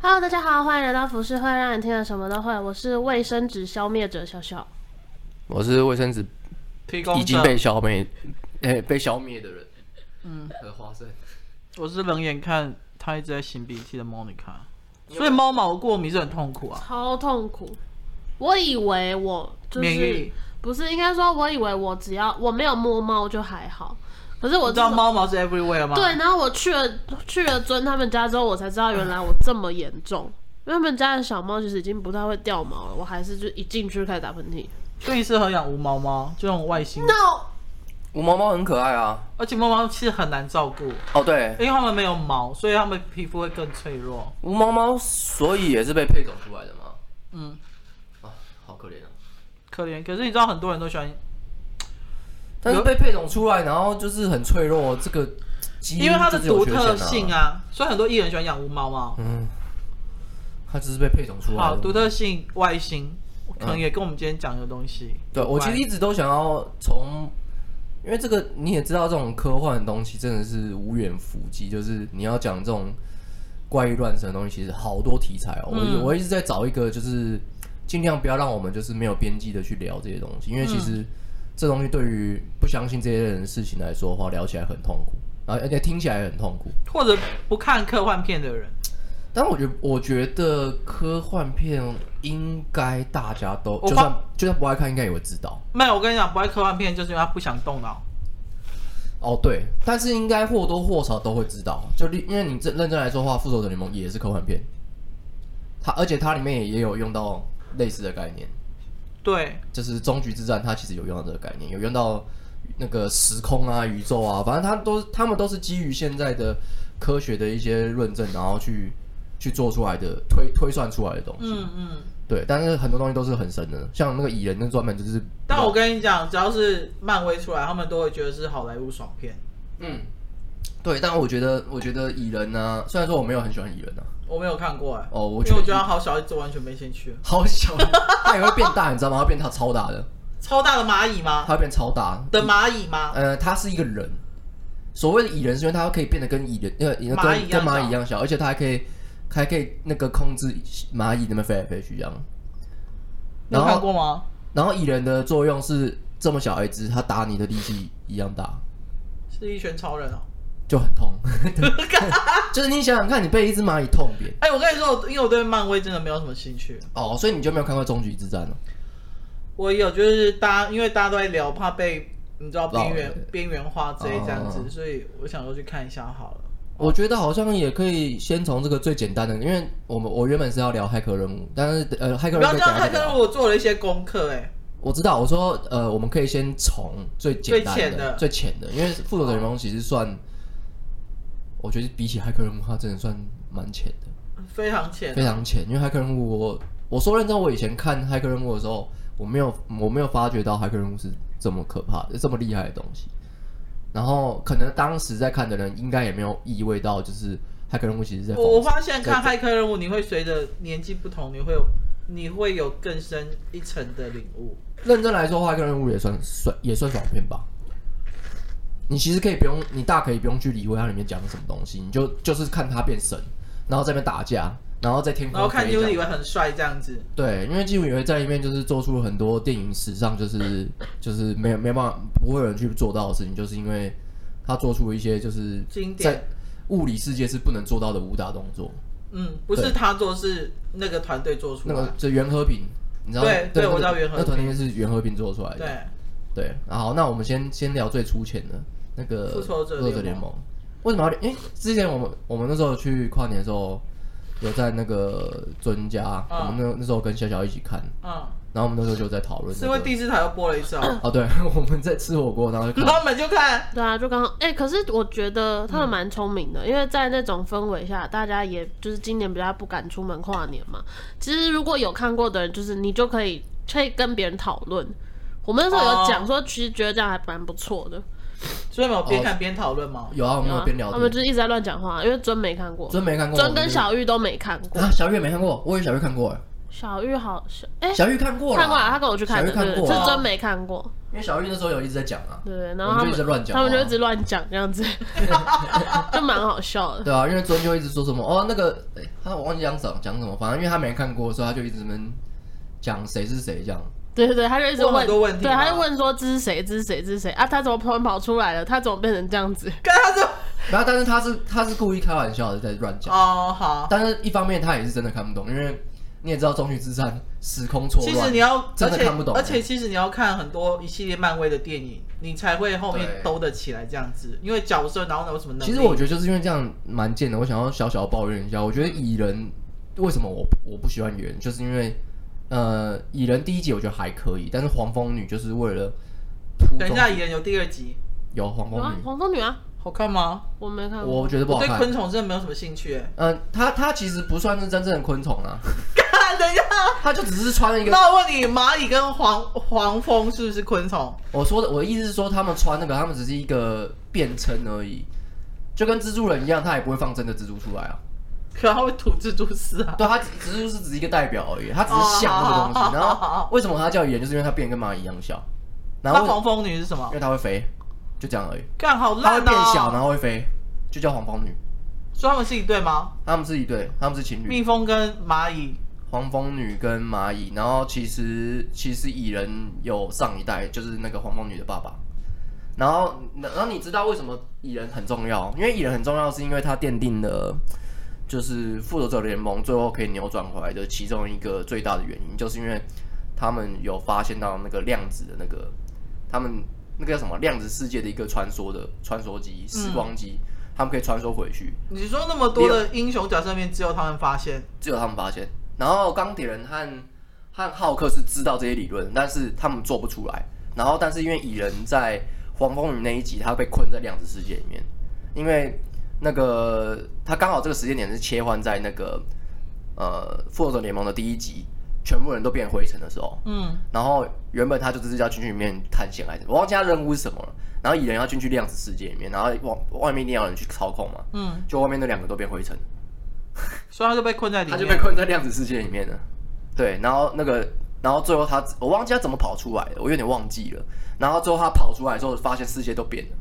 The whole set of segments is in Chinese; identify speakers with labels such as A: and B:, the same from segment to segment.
A: Hello，大家好，欢迎来到服饰会，让你听了什么都会。我是卫生纸消灭者小小。
B: 我是卫生纸
C: 提供
B: 已经被消灭， 哎、被消灭的人。嗯，和花生。
C: 我是冷眼看他一直在擤鼻涕的 Monica，所以猫毛过敏是很痛苦啊。
A: 超痛苦。我以为我就
C: 免
A: 是
C: 疫
A: 不是应该说，我以为我只要我没有摸猫就还好。可是我
C: 我知道
A: 自从
C: 猫毛是 everywhere 吗？
A: 对，，然后我去了去了尊他们家之后，我才知道原来我这么严重。因为他们家的小猫其实已经不太会掉毛了，我还是就一进去就开始打喷嚏。
C: 更适合养无毛猫，就那种外星。
A: No，
B: 我毛毛很可爱啊。
C: 而且猫猫其实很难照顾，
B: 哦，对，
C: 因为它们没有毛，所以它们皮肤会更脆弱。
B: 无毛猫所以也是被配种出来的嘛。
C: 嗯，
B: 啊，好可怜啊！
C: 可怜。可是你知道很多人都喜欢，
B: 但是
C: 有
B: 被配种出来，然后就是很脆弱，这个基因
C: 因为它的
B: 这是有
C: 独
B: 缺
C: 特
B: 陷
C: 性
B: 啊。
C: 啊，所以很多艺人喜欢养无毛猫。
B: 嗯，它只是被配种出来
C: 好，
B: 的。
C: 独特性外星，可能
B: 嗯
C: 也跟我们今天讲的东西
B: 对
C: 有关。
B: 我其实一直都想要从，因为这个你也知道，这种科幻的东西真的是无远弗届，就是你要讲这种怪异乱神的东西，其实好多题材哦。
C: 嗯
B: 我我一直在找一个，就是尽量不要让我们就是没有边际的去聊这些东西，因为其
C: 嗯
B: 实这东西对于不相信这些人的事情来说的话，聊起来很痛苦，然后而且听起来也很痛苦。
C: 或者不看科幻片的人，
B: 但我觉得，我觉得科幻片应该大家都，
C: 我
B: 就
C: 怕
B: 算就算不爱看，应该也会知道。
C: 没有，我跟你讲，不爱科幻片就是因为他不想动脑。
B: 哦，对，但是应该或多或少都会知道，就例因为你这认真来说的话，《复仇者联盟》也是科幻片，它而且它里面也也有用到类似的概念，
C: 对，
B: 就是终局之战，它其实有用到这个概念，有用到那个时空啊、宇宙啊，反正它都他们都是基于现在的科学的一些论证，然后去去做出来的推推算出来的东西。
C: 嗯嗯。
B: 对，但是很多东西都是很神的，像那个蚁人，那专门就是，
C: 但我跟你讲，只要是漫威出来，他们都会觉得是好莱坞爽片。
B: 嗯，对，但我觉得我觉得蚁人呢、虽然说我没有很喜欢蚁人啊。
C: 我没有看过哎、
B: 哦，我
C: 因
B: 觉
C: 为
B: 得
C: 我觉得它好小一只，完全没兴趣。
B: 好小，它也会变大，你知道吗？它变它超大的，
C: 超大的蚂蚁吗？
B: 它会变超大。
C: 的蚂蚁吗？
B: 呃，它是一个人，所谓的蚁人是因为它可以变得跟蚁人呃跟
C: 蚂蚁一
B: 跟
C: 样
B: 蚂蚁一样小，而且它还可以还可以那个控制蚂蚁那边飞来飞去一样。
C: 你有
B: 然
C: 看
B: 后
C: 过吗？
B: 然后蚁人的作用是这么小一只，它打你的力气一样大，
C: 是一拳超人哦、
B: 就很 痛。就是你想想看，你被一只蚂蚁痛扁
C: 哎、我跟你说，我因为我对漫威真的没有什么兴趣。
B: 哦，所以你就没有看过终局之战了。
C: 我有就是大家，因为大家都在聊，怕被你知道边
B: 老
C: 缘边缘化之类这样
B: 哦
C: 子，所以我想说去看一下好了。
B: 我觉得好像也可以先从这个最简单的，因为我们我原本是要聊骇客任务，但是呃，骇客
C: 不
B: 任
C: 要
B: 务等
C: 这
B: 一
C: 样
B: 下再
C: 看，跟
B: 聊。
C: 我做了一些功课哎、
B: 我知道，我说呃，我们可以先从最简单
C: 最浅的
B: 最浅的，因为复仇者联盟其实算，我觉得比起骇客任务，它真的算蛮浅的，
C: 非常浅
B: 非。常浅。因为骇客任务我，我说认真，我以前看骇客任务的时候，我没有我没有发觉到骇客任务是这么可怕的、这么厉害的东西。然后可能当时在看的人，应该也没有意味到，就是骇客任务其实在讽刺
C: 我我发现
B: 在
C: 看骇客任务，你会随着年纪不同，你会有你会有更深一层的领悟。
B: 认真来说的话，《骇客任务》也算算也算爽片吧。你其实可以不用，你大可以不用去理会它里面讲什么东西，你就就是看它变神，然后在那边打架，然后在天
C: 然后
B: 空
C: 看
B: 飞
C: 基
B: 这
C: 努
B: 样
C: 里维很帅这样子，
B: 对，因为基努里维在里面就是做出了很多电影史上就是就是没有没办法不会有人去做到的事情，就是因为他做出了一些就是
C: 经典
B: 在物理世界是不能做到的武打动作。
C: 嗯，不
B: 对
C: 是他做，是那个团队做出
B: 那
C: 来。
B: 个就袁和平，你知道
C: 对对
B: 那个
C: 我知道袁和
B: 那
C: 平
B: 团队是袁和平做出来的。
C: 对，
B: 对，然后那我们先先聊最粗浅的那个
C: 复仇者联盟
B: 复联盟。为什么要聊？因为之前我们我们那时候去跨年的时候，有在那个尊家，
C: 嗯
B: 我们那那时候跟小小一起看，
C: 嗯，
B: 然后我们那时候就在讨论、
C: 是
B: 那
C: 因为
B: 个。
C: 第四台又播了一次哦，
B: 哦，对， 我们在吃火锅，然后就
C: 然
B: 看
C: 后我们就看，
A: 对啊，就刚好哎、可是我觉得他
B: 嗯
A: 们蛮聪明的，因为在那种氛围下，大家也就是今年比较不敢出门跨年嘛。其实如果有看过的人，就是你就可以可以跟别人讨论。我们那时候有讲说，其实觉得这样还蛮不错的。
C: 所以我们
B: 哦
C: 有边看边讨论嘛。
B: 有啊，我们
A: 对
B: 有
A: 啊
B: 边聊
A: 他们
B: 天
A: 就是一直在乱讲话，因为尊没看过，
B: 尊没看过，
A: 尊
B: 我们
A: 跟
B: 就
A: 小玉都没看过。
B: 啊，小玉也没看过，我有小玉看过，
A: 小玉好小哎、
B: 小玉看过了，
A: 看过了，他跟我去看的，啊
B: 小玉看
A: 对
B: 过
A: 是
B: 啊，
A: 真没看过。
B: 因为小玉那时候有一直在讲啊，
A: 对，然
B: 我
A: 后
B: 们
A: 他
B: 就一直
A: 们
B: 乱讲话
A: 他
B: 啊，
A: 们就一直乱讲这样子， 就蛮好笑的。
B: 对啊，因为昨天就一直说什么哦，那个、哎，他我忘记讲什么讲什么，反正因为他没看过，所以他就一直们讲谁是谁这样。
A: 对对对，他就一直
C: 问很多问题
A: 对，
C: 嘛
A: 他就问说这是谁，这是谁，这是谁啊？他怎么突然跑出来了？他怎么变成这样子？
C: 跟他说
B: 然后，但是他是他是故意开玩笑的在乱讲，
C: 哦好，
B: 但是一方面他也是真的看不懂，因为你也知道《中曲之战》时空错
C: 其
B: 乱，
C: 实你要，
B: 真
C: 而
B: 的
C: 且
B: 看不懂欸
C: 而且其实你要看很多一系列漫威的电影，你才会后面
B: 对
C: 兜得起来这样子，因为角色然后有什么能力？
B: 其实我觉得就是因为这样蛮贱的，我想要小小抱怨一下。我觉得蚁人为什么我我不喜欢蚁人，就是因为呃，蚁人第一集我觉得还可以，但是黄蜂女就是为了突
C: 等一下，蚁人有第二集，
B: 有黄
A: 有
B: 蜂
A: 啊，
B: 女，
A: 黄蜂女啊，
C: 好看吗？
A: 我没看过。
B: 我觉得不
C: 我
B: 好
C: 对
B: 看。
C: 昆虫真的没有什么 兴趣、欸。
B: 嗯、它它其实不算是真正的昆虫啊，
C: 看，等一下，
B: 它就只是穿了一个。
C: 那我问你，蚂蚁跟黄黄蜂是不是昆虫？
B: 我说的我的意思是说，他们穿那个，他们只是一个变称而已，就跟蜘蛛人一样，它也不会放真的蜘蛛出来啊。
C: 可它会吐蜘蛛丝啊！
B: 对，它只蜘蛛是只是一个代表而已，它只是像那个东
C: 哦好好
B: 西。然
C: 好好
B: 后
C: 好
B: 为什么它叫蚁人，就是因为它变得跟蚂蚁一样小，然
C: 那
B: 后为
C: 黄蜂女是什么
B: 因？为它会飞，就这样而已。
C: 干好
B: 它
C: 烂
B: 会
C: 哦！
B: 变小，然后会飞，就叫黄蜂女。
C: 所以他们是一对吗？
B: 他们是一对，他们是情侣，
C: 蜜蜂跟蚂蚁
B: 黄蜂女跟蚂蚁。然后其实其实蚁人有上一代，就是那个黄蜂女的爸爸。然后然后你知道为什么蚁人很重要？因为蚁人很重要，是因为它奠定了。就是复仇者联盟最后可以扭转回来的其中一个最大的原因，就是因为他们有发现到那个量子的那个，他们那个叫什么量子世界的一个穿梭的穿梭机、时光机，他们可以穿梭回去。
C: 你说那么多的英雄角色里面，只有他们发现，
B: 只有他们发现。然后钢铁人和和浩克是知道这些理论，但是他们做不出来。然后，但是因为蚁人在黄蜂女那一集，他被困在量子世界里面，因为那个他刚好这个时间点是切换在那个呃复仇者联盟的第一集，全部人都变灰尘的时候。
C: 嗯，
B: 然后原本他就只是要进去里面探险来着，我忘记他任务是什么了。然后蚁人要进去量子世界里面，然后外外面一定要有人去操控嘛。
C: 嗯，
B: 就外面那两个都变灰尘。
C: 所以他就被困在里
B: 他
C: 面。
B: 就被困在量子世界里面了。对，然后那个，然后最后他，我忘记他怎么跑出来的，我有点忘记了。然后最后他跑出来之后，发现世界都变了，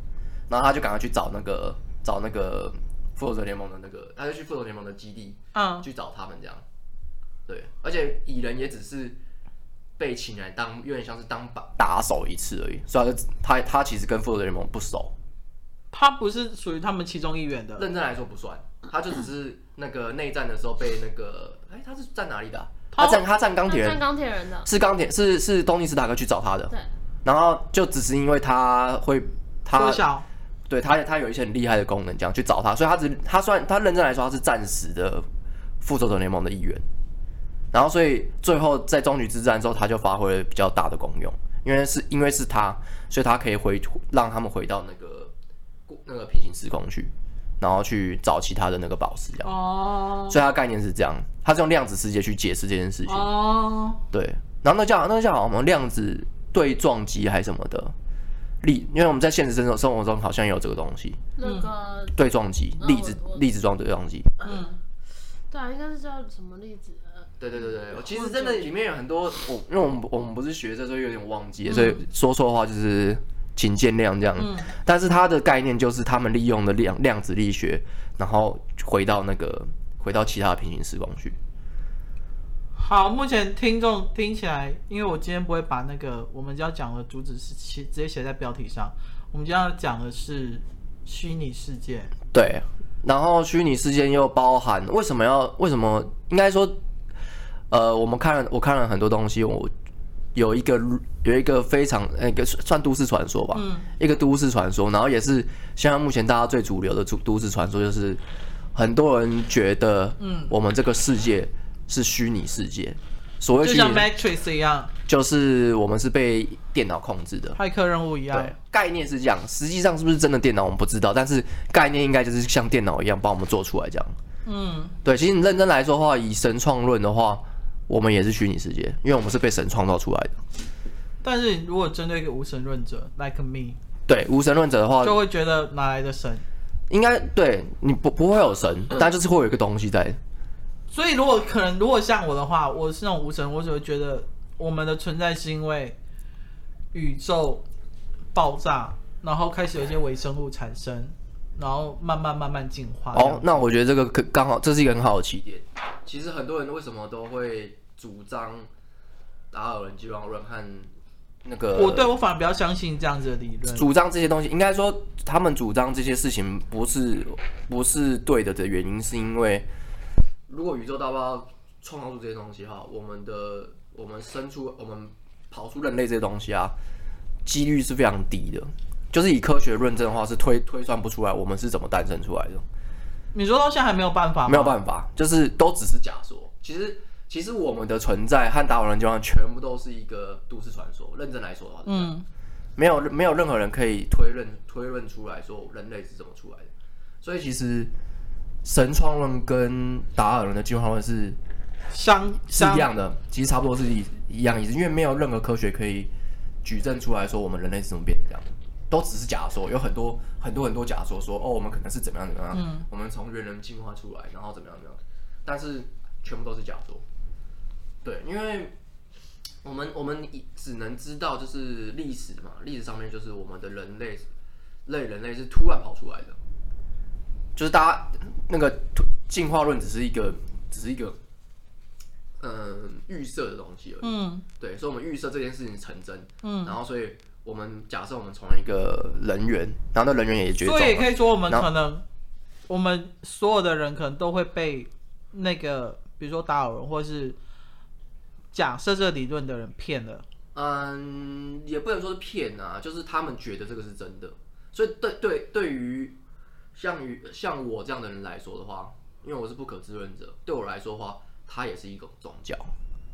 B: 然后他就赶快去找那个找那个复仇者联盟的那个，他就去复仇者联盟的基地
C: 嗯，
B: 去找他们这样。对，而且蚁人也只是被请来当，有点像是当打打手一次而已，所以他就他他其实跟复仇者联盟不熟，
C: 他不是属于他们其中一员的
B: 认真来说不算，他就只是那个内战的时候被那个， 哎，他是站哪里的啊、
C: 他
B: 他站他站钢铁
A: 看
B: 人，
A: 钢铁人的，
B: 是钢铁是是东尼史塔克去找他的，
A: 嗯对，
B: 然后就只是因为他会他
C: 缩小，
B: 对他他有一些很厉害的功能，这样去找他，所以他只他算他认真来说他是暂时的复仇者联盟的一员，然后所以最后在终局之战之后，他就发挥了比较大的功用，因为是因为是他，所以他可以回让他们回到那个那个平行时空去，然后去找其他的那个宝石，这样，
C: 哦
B: 所以他的概念是这样，他是用量子世界去解释这件事情。
C: 哦，
B: 对，然后那叫那个叫什么量子对撞机还是什么的粒，因为我们在现实生活生活中好像也有这个东西，
A: 那个
B: 对撞机
A: 嗯
B: 粒子
A: 我我
B: 粒子撞对撞机。
C: 嗯，
A: 对啊，应该是叫什么例子？呃
B: 对对对对，我其实真的里面有很多，我因为我们我们不是学这，所以有点忘
A: 嗯
B: 记，所以说错话就是请见谅这样。但是它的概念就是他们利用的量量子力学，然后回到那个回到其他的平行时空去。
C: 好，目前听众听起来，因为我今天不会把那个我们要讲的主旨是写直接写在标题上，我们今天要讲的是虚拟世界，
B: 对，然后虚拟世界又包含为什么要为什么应该说，呃，我们看了我看了很多东西，我有一个有一个非常呃一个算都市传说吧，
C: 嗯
B: 一个都市传说，然后也是现在目前大家最主流的都都市传说，就是很多人觉得，嗯，我们这个世界是虚拟世界，所谓
C: 就
B: 虚拟
C: 像 Matrix 一样，
B: 就是我们是被电脑控制的，
C: 骇客任务一样
B: 对。，概念是这样，实际上是不是真的电脑我们不知道，但是概念应该就是像电脑一样帮我们做出来这样。
C: 嗯，
B: 对，其实你认真来说的话，以神创论的话，我们也是虚拟世界，因为我们是被神创造出来的。
C: 但是如果针对一个无神论者，like me，
B: 对，无神论者的话，
C: 就会觉得哪来的神？
B: 应该对你不不会有神，但就是会有一个东西在。
C: 所以如果可能，如果像我的话，我是那种无神，我只会觉得我们的存在是因为宇宙爆炸，然后开始有一些微生物产生，然后慢慢慢慢进化。
B: 哦，那我觉得这个可刚好，这是一个很好的起点。其实很多人为什么都会主张达尔文进化论和那个
C: 我对我反而比较相信这样子的理论。
B: 主张这些东西，应该说他们主张这些事情不是不是对的的原因，是因为如果宇宙大爆创造出这些东西哈，我们的我们生出我们跑出人类这些东西啊，几率是非常低的。就是以科学论证的话，是推推算不出来我们是怎么诞生出来的。
C: 你说到现在还没有办法吗？
B: 没有办法，就是都只是假说。其实，其实我们的存在和达尔文进化全部都是一个都市传说。认真来说的话，嗯，
C: 嗯，
B: 没有没有任何人可以推论推论出来说人类是怎么出来的。所以其实神创论跟达尔文的进化论是
C: 相
B: 是
C: 相
B: 一样的，其实差不多是一一样意思，因为没有任何科学可以举证出来说我们人类是怎么变成这样的，都只是假说，有很多很多很多假说说哦，我们可能是怎么样怎么样，我们从猿人进化出来，然后怎么样怎么样，但是全部都是假说。对，因为我们我们以只能知道就是历史嘛，历史上面就是我们的人类类人类是突然跑出来的，就是大家那个突进化论只是一个只是一个嗯预设的东西而已。
C: 嗯
B: 对，所以我们预设这件事情成真，
C: 嗯，
B: 然后所以我们假设我们从一个人员，然后那人员也绝种
C: 所以也
B: 了，
C: 可以说我们
B: 然后
C: 可能我们所有的人可能都会被那个比如说达尔文或是假设这个理论的人骗了。
B: 嗯，也不能说是骗啊，就是他们觉得这个是真的，所以对对对于像于像我这样的人来说的话，因为我是不可知论者，对我来说的话，它也是一种宗教，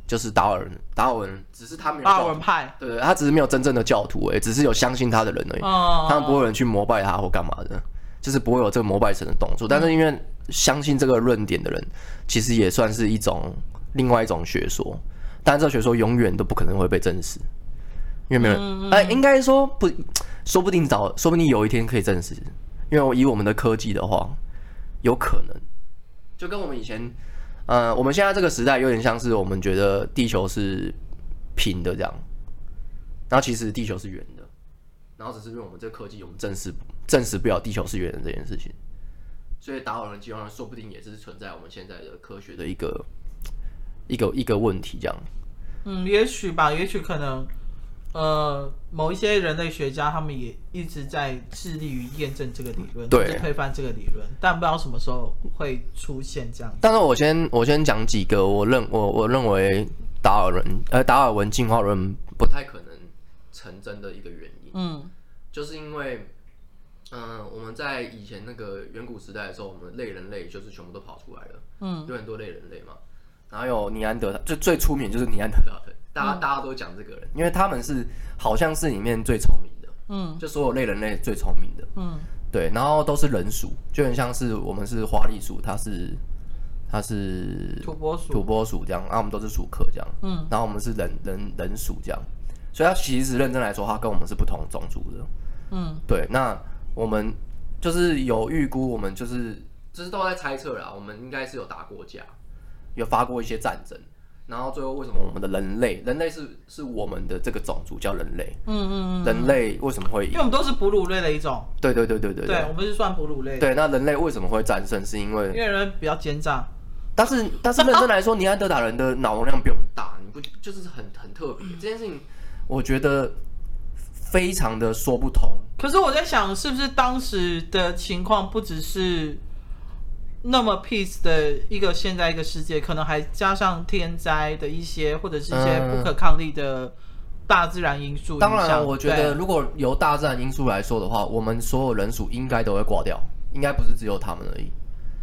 B: 就是达尔文达尔文，只是他没有
C: 达尔
B: 教
C: 文
B: 徒，
C: 派，
B: 对对，他只是没有真正的教徒而已，只是有相信他的人而已。
C: 嗯，
B: 他们不会有人去膜拜他或干嘛的，就是不会有这个膜拜神的动作。但是因为相信这个论点的人，其实也算是一种另外一种学说，但这个学说永远都不可能会被证实，因为没有人。哎、应该说不，说不定早，说不定有一天可以证实，因为我以我们的科技的话，有可能，就跟我们以前。呃，我们现在这个时代有点像是我们觉得地球是平的这样，然后其实地球是圆的，然后只是因为我们这科技，我们证实证实不了地球是圆的这件事情，所以达尔文进化论说不定也是存在我们现在的科学的一个一个一个问题这样。
C: 嗯，也许吧，也许可能，呃，某一些人类学家他们也一直在致力于验证这个理论，
B: 对
C: 或者推翻这个理论，但不知道什么时候会出现这样子。
B: 但是我先我先讲几个我认我我认为达尔文呃达尔文进化论不太可能成真的一个原因，
C: 嗯
B: 就是因为。嗯，我们在以前那个远古时代的时候，我们类人类就是全部都跑出来了，
C: 嗯
B: 有很多类人类嘛，然后有尼安德塔，就最出名就是尼安德塔人，大家、大家都讲这个人，因为他们是好像是里面最聪明的，
C: 嗯
B: 就所有类人类最聪明的，
C: 嗯
B: 对，然后都是人属，就很像是我们是花栗鼠，它是它是
C: 土拨鼠
B: 土拨鼠这样，然啊后我们都是鼠科这样，
C: 嗯，
B: 然后我们是人人人属这样，所以它其实认真来说，它跟我们是不同种族的，
C: 嗯，
B: 对，那我们就是有预估，我们就是就是都在猜测啦，我们应该是有打过架，有发过一些战争，然后最后为什么我们的人类，人类是是我们的这个种族叫人类，
C: 嗯嗯嗯，
B: 人类为什么会
C: 因
B: 赢
C: 为我？们都是哺乳类的一种，
B: 对对对对对啊
C: 对我们是算哺乳类的，
B: 对，那人类为什么会战胜？是因
C: 因
B: 为，
C: 为人比较奸诈。
B: 但是但是认真来说，尼安德塔人的脑容量比我们大，你不就是很很特别？这件事情我觉得非常的说不通。
C: 可是我在想，是不是当时的情况不只是那么 peace 的一个现在一个世界，可能还加上天灾的一些，或者是一些
B: 嗯
C: 不可抗力的大自然因素影响。
B: 当然，我觉得
C: 对
B: 如果由大自然因素来说的话，我们所有人属应该都会挂掉，应该不是只有他们而已，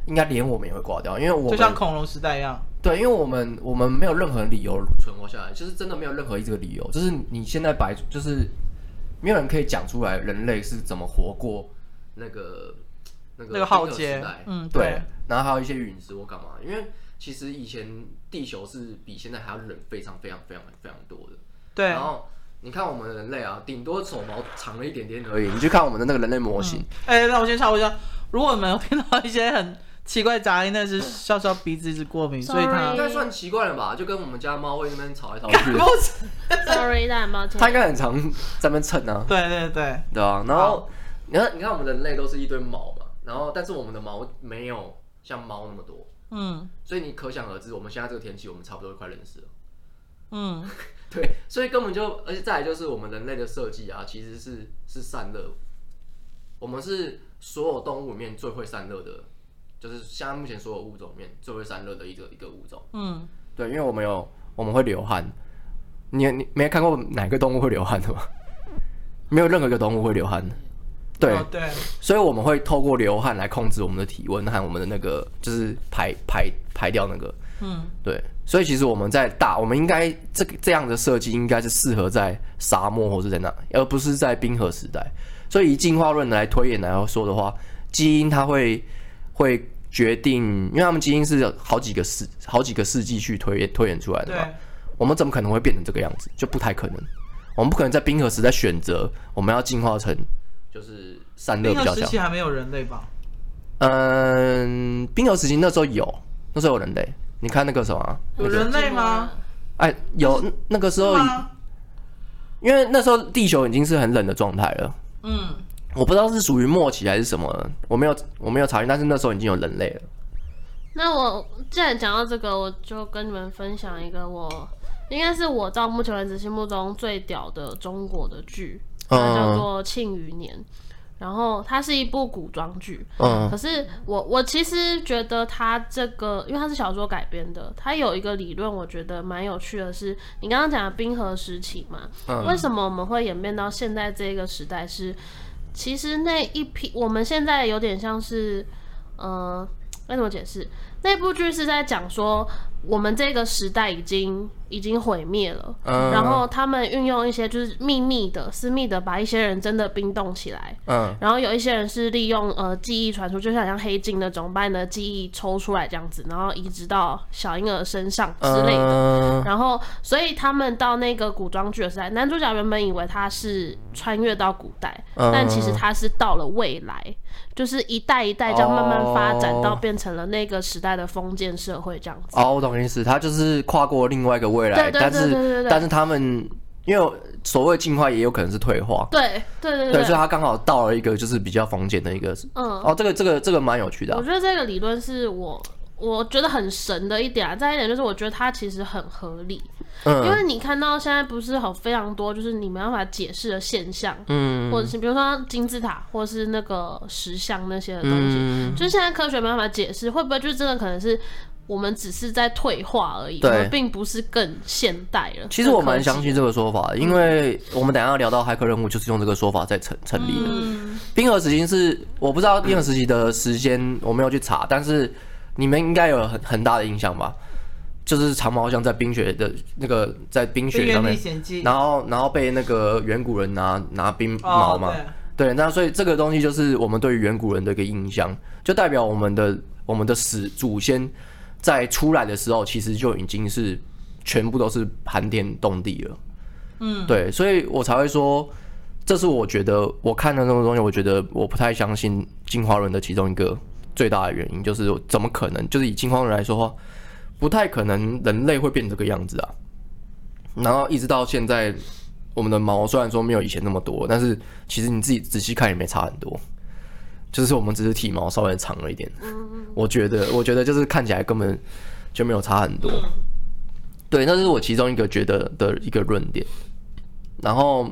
B: 应该连我们也会挂掉，因为我
C: 就
B: 们
C: 像恐龙时代一样，
B: 对，因为我们我们没有任何理由存活下来，就是真的没有任何一个理由，就是你现在摆就是没有人可以讲出来人类是怎么活过那个那个
C: 那个浩
B: 冰河
C: 劫
B: 时代
C: 嗯对
B: 对，然后还有一些陨石或干嘛，因为其实以前地球是比现在还要冷非常非常非常非常多的。
C: 对
B: 然，后你看我们人类啊，顶多手毛长
C: 嗯
B: 了一点点而已。你去看我们的那个人类模型，
C: 哎、那我先插播一下，如果你们有听到一些很奇怪杂音，那是笑笑鼻子一直过敏，所以
B: 应
C: 他
A: Sorry
B: 该算奇怪了吧？就跟我们家猫会那边吵来吵去的，
C: 不是，
A: Sorry，大家很抱歉
B: 它。应该很常在那边蹭啊。
C: 对对对，
B: 对啊，然后你看，你看我们人类都是一堆毛嘛，然后但是我们的毛没有像猫那么多，
C: 嗯
B: 所以你可想而知，我们现在这个天气，我们差不多快认识了。
C: 嗯，
B: 对，所以根本就，而且再来就是我们人类的设计啊，其实是是散热，我们是所有动物里面最会散热的，就是现在目前所有物种里面最会散热的一个一个物种。
C: 嗯，
B: 对，因为我们有我们会流汗，你你没看过哪个动物会流汗的吗？没有任何一个动物会流汗的。对，
C: 哦对，
B: 所以我们会透过流汗来控制我们的体温和我们的那个就是排排排掉那个
C: 嗯
B: 对，所以其实我们在大，我们应该这个这样的设计应该是适合在沙漠或是在那，而不是在冰河时代。所以以进化论来推演来说的话，基因它会会决定，因为他们基因是有好几个世好几个世纪去推演推演出来的嘛。
C: 对，
B: 我们怎么可能会变成这个样子？就不太可能。我们不可能在冰河时代选择我们要进化成就是散热
C: 冰
B: 比较
C: 河时
B: 强。
C: 期还没有人类吧？
B: 嗯，冰河时期那时候有，那时候有人类。你看那个什么啊，
C: 有人类吗？
B: 哎，有那那个时候
C: 是，
A: 啊
C: 吗？
B: 因为那时候地球已经是很冷的状态了，
C: 嗯，
B: 我不知道是属于末期还是什么，我没有我没有查询，但是那时候已经有人类了。
A: 那我既然讲到这个，我就跟你们分享一个我应该是我到目前为止心目中最屌的中国的剧，它叫
B: 嗯
A: 做《庆余年》，然后它是一部古装剧，
B: 嗯
A: 可是我我其实觉得他这个，因为他是小说改编的，他有一个理论，我觉得蛮有趣的是，你刚刚讲的冰河时期嘛，
B: 嗯
A: 为什么我们会演变到现在这个时代是？其实那一批我们现在有点像是，呃，该怎么解释？那部剧是在讲说，我们这个时代已经已经毁灭了，
B: 嗯
A: 然后他们运用一些就是秘密的、私密的，把一些人真的冰冻起来，
B: 嗯
A: 然后有一些人是利用呃记忆传输，就像像黑镜那种，把你的记忆抽出来这样子，然后移植到小婴儿身上之类的。
B: 的，
A: 然后，所以他们到那个古装剧的时代，男主角原本以为他是穿越到古代，
B: 嗯
A: 但其实他是到了未来，就是一代一代这样慢慢
B: 哦
A: 发展到变成了那个时代的封建社会这样子。
B: 哦，我懂意思，他就是跨过另外一个未来，
A: 对对
B: 但
A: 对对对
B: 是
A: 对
B: 但是他们因为所谓进化也有可能是退化，
A: 对对对
B: 对，所以他刚好到了一个就是比较封建的一个，
A: 嗯，
B: 哦，这个这个这个蛮有趣的啊
A: 我，觉得这个理论是我我觉得很神的一点啊。再一点就是，我觉得它其实很合理。因
B: 嗯
A: 为你看到现在不是有非常多就是你没办法解释的现象，
B: 嗯
A: 或者是比如说金字塔，或是那个石像那些的东西，
B: 嗯，
A: 就是现在科学没办法解释，会不会就真的可能是我们只是在退化而已，我
B: 对
A: 们并不是更现代了。
B: 其实我
A: 更
B: 蛮
A: 科技
B: 相信这个说法，因为我们等一下要聊到骇客任务，就是用这个说法在成成立的。
C: 嗯
B: 冰河时期是我不知道冰河时期的时间，我没有去查，但是你们应该有很很大的印象吧？就是长毛象在冰雪的那个在冰
C: 《冰
B: 雪上
C: 原历
B: 面，
C: 险记》
B: 然后然后被那个远古人拿拿冰
C: 哦
B: 毛嘛，
C: 对，
B: 对，那所以这个东西就是我们对于远古人的一个印象，就代表我们的我们的始祖先在出来的时候，其实就已经是全部都是盘天动地了。
C: 嗯，
B: 对，所以我才会说，这是我觉得我看了这么东西，我觉得我不太相信进化论的其中一个最大的原因，就是我怎么可能？就是以进化论来说的话，不太可能人类会变这个样子啊。然后一直到现在，我们的毛虽然说没有以前那么多，但是其实你自己仔细看也没差很多，就是我们只是体毛稍微长了一点。
A: 嗯
B: 我觉得，我觉得就是看起来根本就没有差很多。
A: 嗯
B: 对，那是我其中一个觉得的一个论点。然后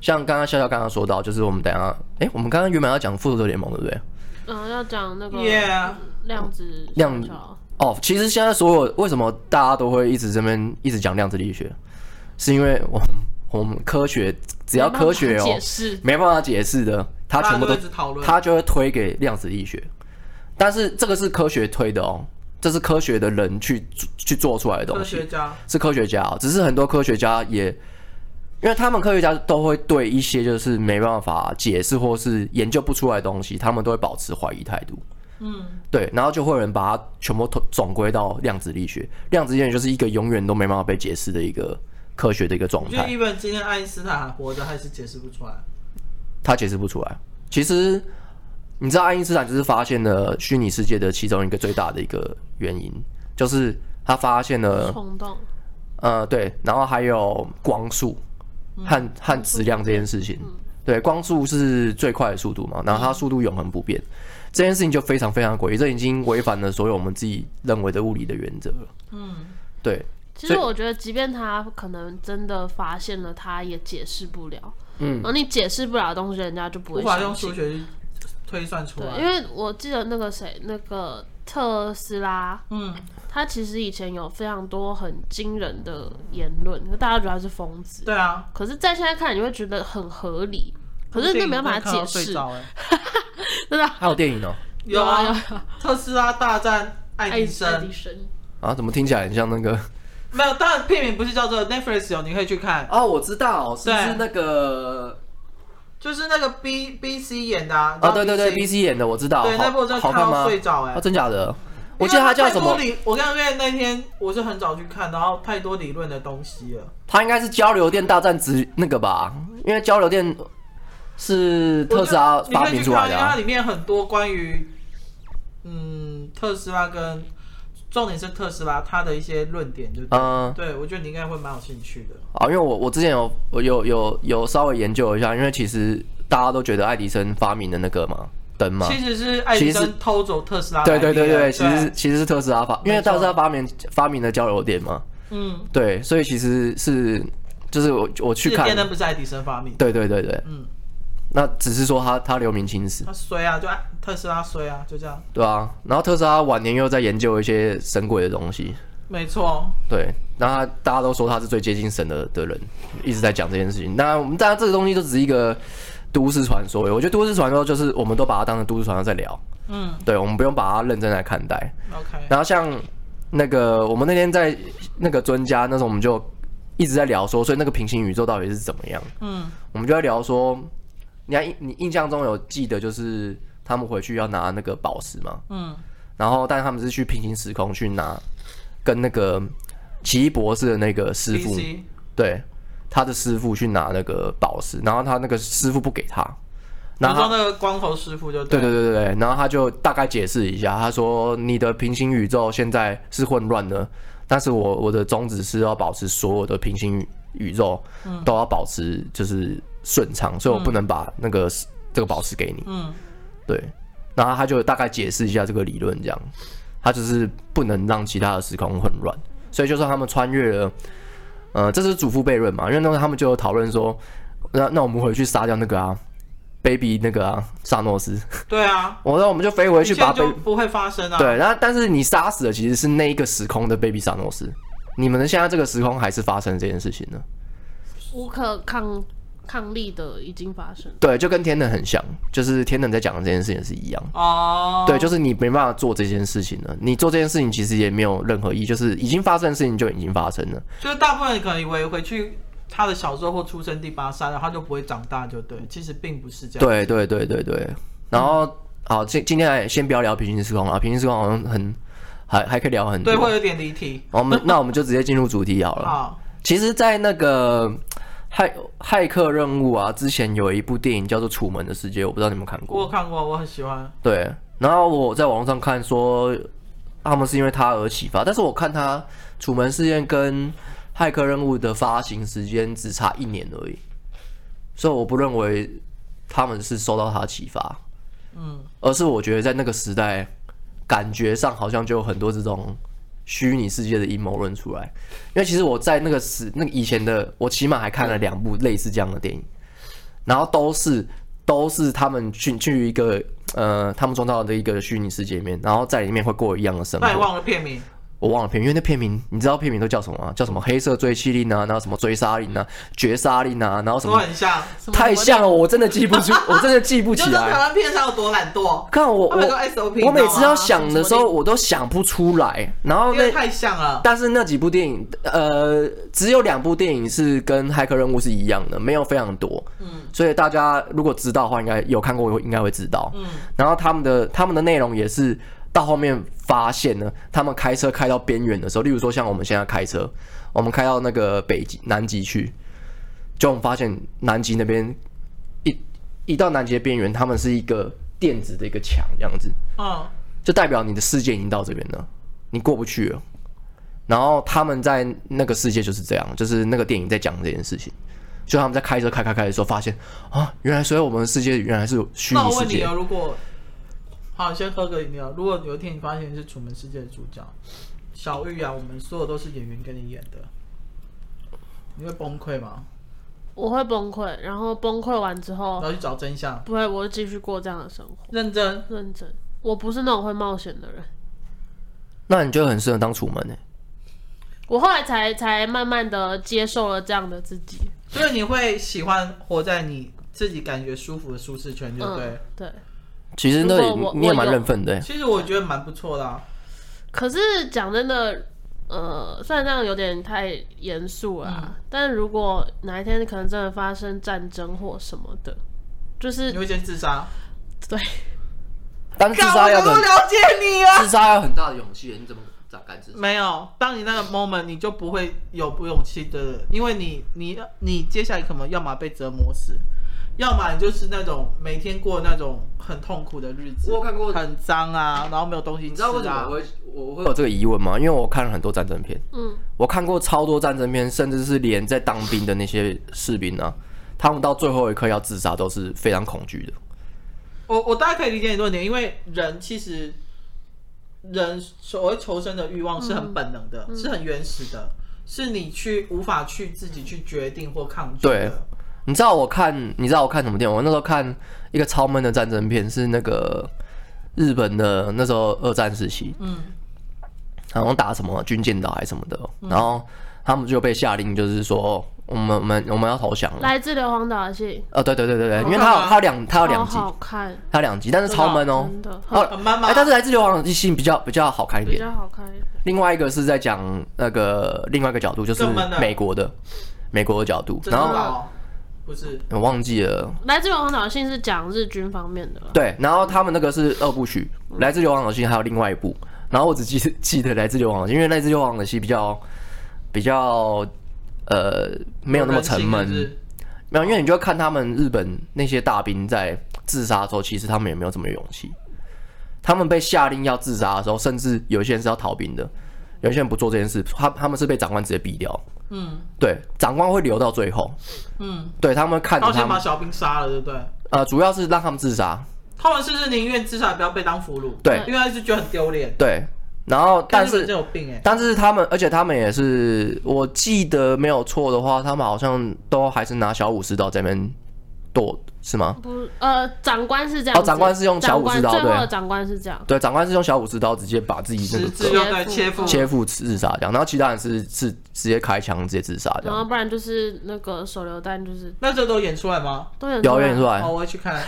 B: 像刚刚笑笑刚刚说到，就是我们等一下，哎，我们刚刚原本要讲复仇者联盟，对不对？
A: 嗯，要讲那个
C: Yeah
A: 量子
B: 量
A: 小乔
B: 哦，其实现在所有为什么大家都会一直这边一直讲量子力学，是因为我们我们科学只要科学
A: 没
B: 哦，
A: 办法解释
B: 没办法解释的，他
C: 大
B: 全部
C: 家都
B: 都
C: 一直讨论，
B: 他就会推给量子力学。但是这个是科学推的哦，这是科学的人去去做出来的东
C: 科
B: 西
C: 学，家，
B: 是科学家哦、只是很多科学家也，因为他们科学家都会对一些就是没办法解释或是研究不出来的东西，他们都会保持怀疑态度。
C: 嗯，
B: 对，然后就会有人把它全部统总归到量子力学。量子力学就是一个永远都没办法被解释的一个科学的一个状
C: 我觉得
B: 态，
C: even 今天爱因斯坦还活着，还是解释不出来。
B: 他解释不出来。其实你知道爱因斯坦就是发现了虚拟世界的其中一个最大的一个原因，就是他发现了
A: 冲动，
B: 呃，对，然后还有光速和和质量这件事情。对，光速是最快的速度嘛，然后它速度永恒不变，这件事情就非常非常诡异，这已经违反了所有我们自己认为的物理的原则了。
C: 嗯，
B: 对，
A: 其
B: 所
A: 实
B: 以
A: 我觉得，即便他可能真的发现了，他也解释不了。
B: 嗯
A: 然后你解释不了的东西，人家就不
C: 无
A: 会
C: 法用
A: 相
C: 数
A: 信。
C: 学去推算出
A: 对，
C: 来。
A: 因为我记得那个谁，那个特斯拉，
C: 嗯，
A: 他其实以前有非常多很惊人的言论，可大家觉得他是疯子。
C: 对啊，
A: 可是，在现在看，你会觉得很合理，可是那没有办法
C: 看到
A: 解
C: 睡
A: 释。
C: 着哎。
B: 还有电影哦、
C: 有
A: 有
C: 啊
A: 啊，
C: 特斯拉大战爱
A: 爱
C: 迪
A: 爱
C: 生
A: 迪，生，
B: 啊，怎么听起来很像那个？
C: 没有，当然片名不是叫做 Netflix 有，你可以去看，
B: 哦，我知道，是
C: 不是
B: 那个？
C: 就是那个 B B C 演的啊。
B: 哦，对对对
C: 你
B: ，B
C: 知
B: C 演的，我知道，
C: 对
B: 好
C: 那部我真的
B: 好看
C: 看到
B: 吗？
C: 睡着欸
B: 啊，真假的？
C: 道 BC
B: 我记得它叫什
C: 因为
B: 么
C: 太多？理，我刚刚因为那天我是很早去看，然后太多理论的东西了。
B: 它应该是交流电大战之那个吧？因为交流电是特斯拉
C: 我觉得
B: 发明出来
C: 你可以去看
B: 的、
C: 因为它
B: 啊。
C: 里面很多关于嗯特斯拉跟重点是特斯拉它的一些论点，对不对？
B: 嗯，
C: 对，我觉得你应该会蛮有兴趣的。
B: 啊，因为我我之前有我有有有稍微研究一下，因为其实大家都觉得爱迪生发明的那个嘛灯嘛，
C: 其实是爱迪
B: 啊其实
C: 生偷走特斯拉的
B: 对对
C: idea，
B: 对对，
C: 啊对，
B: 其实其实是特斯拉发，因为
C: 没错
B: 特斯拉发明发明的交流电嘛，
C: 嗯，
B: 对，所以其实是就是我我去
C: 这个
B: 看，
C: 电灯不是爱迪生发明的，
B: 对对对对，
C: 嗯，
B: 那只是说他他留名青史，
C: 他衰啊，就爱特斯拉衰啊，就这样，
B: 对啊，然后特斯拉晚年又在研究一些神鬼的东西，
C: 没错，
B: 对，那他大家都说他是最接近神的的人，一直在讲这件事情。那我们当然这个东西就只是一个都市传说而已，我觉得都市传说就是我们都把它当成都市传说在聊，
C: 嗯
B: 对，我们不用把它认真来看待。
C: ，OK，
B: 然后像那个我们那天在那个专家那时候，我们就一直在聊说，所以那个平行宇宙到底是怎么样？
C: 嗯，
B: 我们就在聊说，你还你印象中有记得就是他们回去要拿那个宝石吗？
C: 嗯，
B: 然后但他们是去平行时空去拿跟那个奇异博士的那个师
C: b
B: 傅，
C: c
B: 对他的师傅去拿那个宝石，然后他那个师傅不给他，
C: 你
B: 然后
C: 说
B: 他
C: 那个光头师傅就
B: 对
C: 对
B: 对对对对，然后他就大概解释一下，他说你的平行宇宙现在是混乱的，但是我我的宗旨是要保持所有的平行宇宇宙
C: 嗯
B: 都要保持就是顺畅，所以我不能把那个、这个宝石给你。
C: 嗯，
B: 对，然后他就大概解释一下这个理论，这样，他就是不能让其他的时空混乱，所以就算他们穿越了，呃，这是祖父悖论嘛，因为那时候他们就有讨论说，那那我们回去杀掉那个啊，baby 那个啊，萨诺斯，
C: 对啊，
B: 我说我们就飞回去
C: 现在
B: 把
C: 就
B: baby，
C: 不会发生啊，
B: 对，然后但是你杀死的其实是那一个时空的 baby 萨诺斯，你们的现在这个时空还是发生这件事情呢？
A: 无可抗抗力的已经发生。
B: 对，就跟天能很像，就是天能在讲的这件事情是一样。
C: 哦，
B: 对，就是你没办法做这件事情了。你做这件事情其实也没有任何意义，就是已经发生的事情就已经发生了。
C: 就是大部分人可能以为回去他的小时候或出生地把他杀掉，他就不会长大，就
B: 嗯
C: 对。其实并不是这样。嗯
B: 对对对对对。然后好，今今天来先不要聊平行时空啊，平行时空好像很还还可以聊很
C: 对，会
B: 多。
C: 有点离题。
B: 我们那我们就直接进入主题好了。
C: 好，
B: 其实，在那个骇骇客任务啊之前，有一部电影叫做《楚门的世界》，我不知道你们有没有看
C: 我有
B: 过。
C: 看过，我很喜欢。
B: 对，然后我在网络上看说他们是因为他而启发，但是我看他《楚门事件》跟《骇客任务》的发行时间只差一年而已，所以我不认为他们是受到他的启发，
C: 嗯，
B: 而是我觉得在那个时代，感觉上好像就有很多这种虚拟世界的阴谋论出来。因为其实我在那个时那个以前的，我起码还看了两部类似这样的电影，然后都是都是他们去去一个呃他们创造的一个虚拟世界里面，然后在里面会过一样的生活
C: 那。你忘了片名？
B: 我忘了片名，因为那片名你知道片名都叫什么吗？叫什么黑色追妻令啊，然后什么追杀令啊、绝杀令啊，然后什
C: 都
B: 么
C: 很像。
A: 什么
B: 太像了，我真的记不住，我真的记不
C: 你就
B: 起
C: 知 道台
B: 来。哦
C: 湾片商有多懒惰，
B: 看我
C: 他们有个
B: 我
C: SOP，
B: 我每
C: 你知
B: 次
C: 道
B: 要
C: 吗
B: 想的时候，我都想不出来。然后
C: 因为
B: 那
C: 太像了。
B: 但是那几部电影，呃，只有两部电影是跟《骇客任务》是一样的，没有非常多。嗯，所以大家如果知道的话，应该有看过，应该会知道。嗯，然后他们的他们的内容也是到后面发现呢，他们开车开到边缘的时候，例如说像我们现在开车，我们开到那个北极南极去，就我们发现南极那边一一到南极的边缘，他们是一个电子的一个墙这样子，
C: 嗯，
B: 就代表你的世界已经到这边了，你过不去了。然后他们在那个世界就是这样，就是那个电影在讲这件事情。就他们在开车开开开的时候，发现啊，原来所有我们的世界原来是虚
C: 那
B: 拟
C: 我
B: 世
C: 问你
B: 界
C: 哦，。如果好，先喝个饮料。如果有一天你发现你是《楚门世界》的主角小玉啊，我们所有都是演员跟你演的，你会崩溃吗？
A: 我会崩溃，然后崩溃完之
C: 然
A: 后，
C: 后去找真相，
A: 不会，我会继续过这样的生活。
C: 认真。
A: 认真，我不是那种会冒险的人。
B: 那你就很适合当楚门诶、
A: 我后来才才慢慢的接受了这样的自己。
C: 所以你会喜欢活在你自己感觉舒服的舒适圈，对不对？
A: 嗯，对。
B: 其实那
A: 如果
B: 里
A: 我
B: 你也蛮
A: 我有
B: 认份的、欸。
C: 其实我觉得蛮不错的、啊。
A: 可是讲真的，呃，虽然这样有点太严肃
B: 嗯
A: 啦，但如果哪一天可能真的发生战争或什么的，就是
C: 你会先自杀？
A: 对，
B: 但是自杀要
C: 干我都
B: 很
C: 了解你啊！
B: 自杀要很大的勇气，你怎么咋敢自杀？
C: 没有，当你那个 moment，你就不会有不勇气的，因为你你你接下来可能要么被折磨死，要么你就是那种每天过那种很痛苦的日子，
B: 我有看过
C: 很脏啊，然后没有东西吃啊。
B: 你知道为什么我会我会有这个疑问吗？因为我看了很多战争片，
A: 嗯，
B: 我看过超多战争片，甚至是连在当兵的那些士兵啊，他们到最后一刻要自杀都是非常恐惧的。
C: 我我大概可以理解你的论点，因为人其实人所谓求生的欲望是很本能的，是很原始的，是你去无法去自己去决定或抗拒
B: 对
C: 的。
B: 你知道我看，你知道我看什么电影？我那时候看一个超闷的战争片，是那个日本的那时候二战时期，
C: 嗯，
B: 好像打什么军舰岛还是什么的，
C: 嗯
B: 然后他们就被下令，就是说我们我们我们要投降了。
A: 来自硫磺岛的戏，
B: 呃，对对对对对，因为它
C: 好看吗
B: 有它有两
A: 好
B: 它有两集，
A: 好看，
B: 它有两集，但是超闷哦。
A: 真的
B: 哦，
C: 很慢吗
B: 哎，但是来自流亡的信比较比较好看一
A: 比
B: 点。
A: 较好看一点。
B: 另外一个是在讲那个另外一个角度，就是
C: 更闷的
B: 美国的美国的角度，
C: 真的
B: 然后
C: 哦，不是
B: 我忘记了。
A: 来自硫磺岛的信是讲日军方面的啦，
B: 对，然后他们那个是二部曲，
C: 嗯
B: 《来自流亡的信》还有另外一部，然后我只记记得《 来自流亡的信》，因为《来自流亡的信》比较比较呃没有那么沉
C: 人性是不
B: 闷，
C: 是
B: 没有，因为你就看他们日本那些大兵在自杀的时候，其实他们也没有这么有勇气。他们被下令要自杀的时候，甚至有一些人是要逃兵的，有一些人不做这件事，他他们是被长官直接毙掉。
C: 嗯
B: 对，长官会留到最后，
C: 嗯，
B: 对他们看着
C: 到
B: 他
C: 先把
B: 们，
C: 小兵杀了，对不对？
B: 呃，主要是让他们自杀。
C: 他们是不是宁愿自杀，不要被当俘虏？
B: 对
C: 因为他是觉得很丢脸。
B: 对，然后但
C: 看日本
B: 是
C: 真有病哎，
B: 但是他们，而且他们也是，我记得没有错的话，他们好像都还是拿小武士刀在那边剁，是吗？
A: 不，呃，长官是这样子，
B: 哦长官是用小武士
A: 长
B: 刀
A: 官最后的
B: 对
A: 长官是这样，
B: 对，长官是用小武士刀直接把自己那
C: 十
B: 个
C: 字
B: 割
C: 就对切腹，
B: 切腹自杀这样，然后其他人是是直接开枪直接自杀这
A: 然后
C: 哦
B: 样。
A: 不然就是那个手榴弹，就是
C: 那这都演出来吗？
A: 都有
B: 表演出来
C: 哦，，我会去看。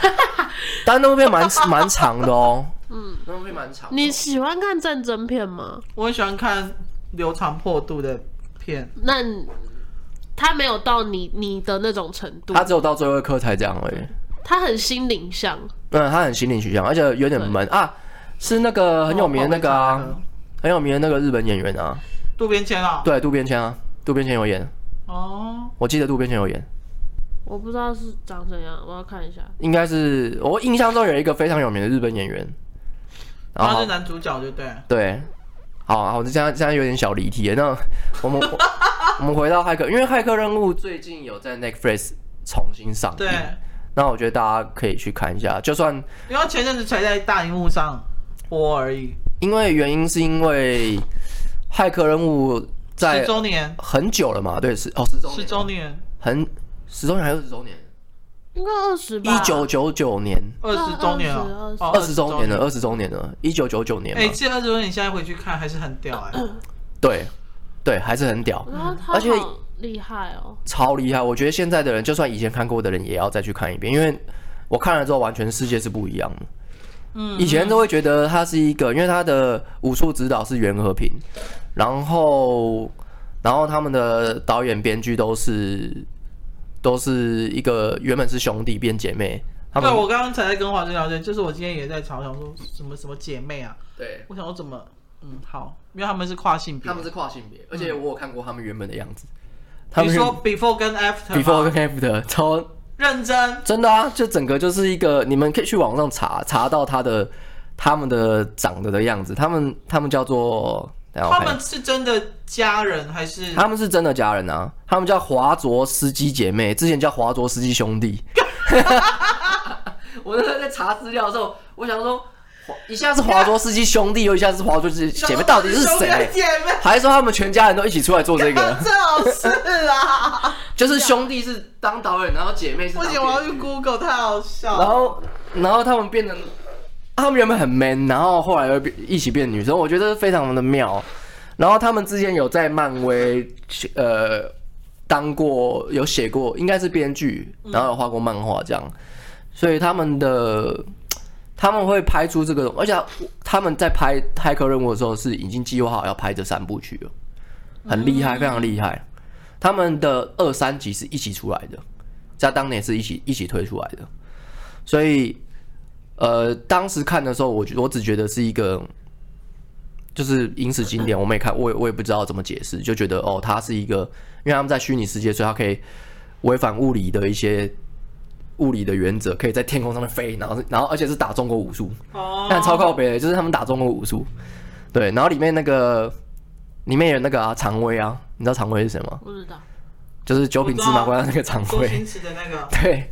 B: 但是那部片蛮蛮长的 哦。嗯，那部片蛮长的哦。
A: 你喜欢看战争片吗？
C: 我很喜欢看流长破度的片，
A: 那你他没有到你你的那种程度
B: 他，只有到最后一刻才这样而已。
A: 他很心灵向，
B: 嗯，他很心灵取向，而且有点闷啊。是那个很有名的那个
C: 哦我
B: 啊
C: 会看，
B: 很有名的那个日本演员啊，
C: 渡边谦啊。
B: 对，渡边谦啊，渡边谦有演，
C: 哦，
B: 我记得渡边谦有演，
A: 我不知道是长怎样，我要看一下。
B: 应该是我印象中有一个非常有名的日本演员，然
C: 然后
B: 后
C: 是男主角，就对了。
B: 对，好，好，我这现在现在有点小离题了，那我们我我们回到骇客，因为骇客任务最近有在 Netflix 重新上映
C: 对，，
B: 那我觉得大家可以去看一下，就算
C: 因为前阵子才在大荧幕上播而已，
B: 因为原因是因为骇客任务
C: 十
B: 在
C: 周年，
B: 很久了嘛，对，十哦十周
C: 十
B: 年
C: 周年，
B: 很十周年还是十周年？
A: 应该二十吧，
B: 一九九九年。
C: 二十周年
A: 二
C: 哦
A: 十，
C: 哦
B: 二十周年了，。嗯二十周年了，一九九九年嘛，
C: 哎，这二十周年你现在回去看还是很屌哎，
B: 嗯对，对，还是很屌，
A: 然后他
B: 而且
A: 好厉害哦，
B: 超厉害。我觉得现在的人，就算以前看过的人，也要再去看一遍，因为我看了之后，完全世界是不一样的。
C: 嗯
B: 以前都会觉得他是一个，因为他的武术指导是袁和平，然后，然后他们的导演、编剧都是都是一个原本是兄弟变姐妹，他
C: 对
B: 们
C: 我刚刚才在跟华生聊天，就是我今天也在吵，想说什么什么姐妹啊，
B: 对
C: 我想我怎么，嗯，好，因为他们是跨性别，
B: 是跨性别，而且我有看过他们原本的样子，
C: 你说 before 跟 after，吗
B: before 跟 after 超
C: 认真，
B: 真的啊，就整个就是一个，你们可以去网上查查到他的他们的长得的样子，他们他们叫做，等一下我看
C: 他
B: 一下
C: 们是真的家人还是？
B: 他们是真的家人啊，他们叫华卓斯基姐妹，之前叫华卓斯基兄弟。 我那时候在查资料的时候，我想说，华一下是华卓斯基兄弟，又一下是华卓斯基姐妹，到底是
C: 兄弟
B: 谁？
C: 啊姐妹，
B: 还说他们全家人都一起出来做这 个，
C: 最好是啊！
B: 就是兄弟是当导演，然后姐妹是
C: 不
B: 当
C: 行，我要
B: 编
C: 去
B: 剧
C: Google，太好笑了。
B: 然后，然后他们变成，他们原本很 man，然后后来又变一起变女生，我觉得非常的妙。然后他们之前有在漫威，呃，当过有写过，应该是编剧，然后有画过漫画这样，所以他们的他们会拍出这个，而且他们在拍《骇客任务》的时候是已经计划好要拍这三部曲了，很厉害，非常厉害。他们的二三集是一起出来的，在当年是一起一起推出来的，所以呃，当时看的时候，我觉我只觉得是一个就是影史经典，我们也看，我也我也不知道怎么解释，就觉得哦，它是一个，因为他们在虚拟世界，所以它可以违反物理的一些物理的原则，可以在天空上面飞，然后是然后而且是打中国武术，
C: 哦，
B: 但超靠北的，就是他们打中国武术，对，然后里面那个里面有那个啊常威啊，你知道常威是谁吗？
A: 不知道，
B: 就是九品芝麻官的那个常
C: 周
B: 威，
C: 星驰的那个，
B: 对。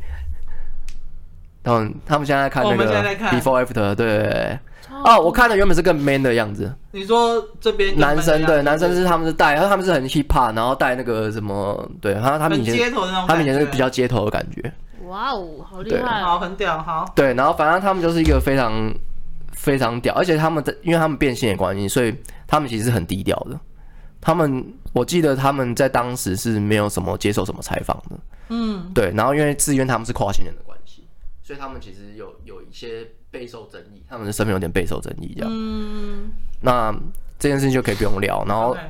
B: 他们他们现在在看
C: 哦
B: 那
C: 我们现在
B: 个
C: 在看
B: before after，对对对对
A: 超
B: 哦，我看的原本是更 man 的样子，
C: 你说这边有
B: 男生
C: 分
B: 对
C: 量
B: 男生是他们是戴，然后他们是很 hip hop，然后戴那个什么，对，然后他们以
C: 很街
B: 前
C: 头的那种感觉，
B: 他们以前是比较街头的感觉，
A: 哇哦，好厉害哦！
C: 好，很屌，好，
B: 对，然后反正他们就是一个非常非常屌，而且他们在因为他们变性的关系，所以他们其实很低调的。他们我记得他们在当时是没有什么接受什么采访的，嗯，对。然后因为自愿他们是跨性人的关系，所以他们其实有有一些备受争议，他们的身份有点备受争议这样。
C: 嗯，
B: 那这件事情就可以不用聊。然后
C: OK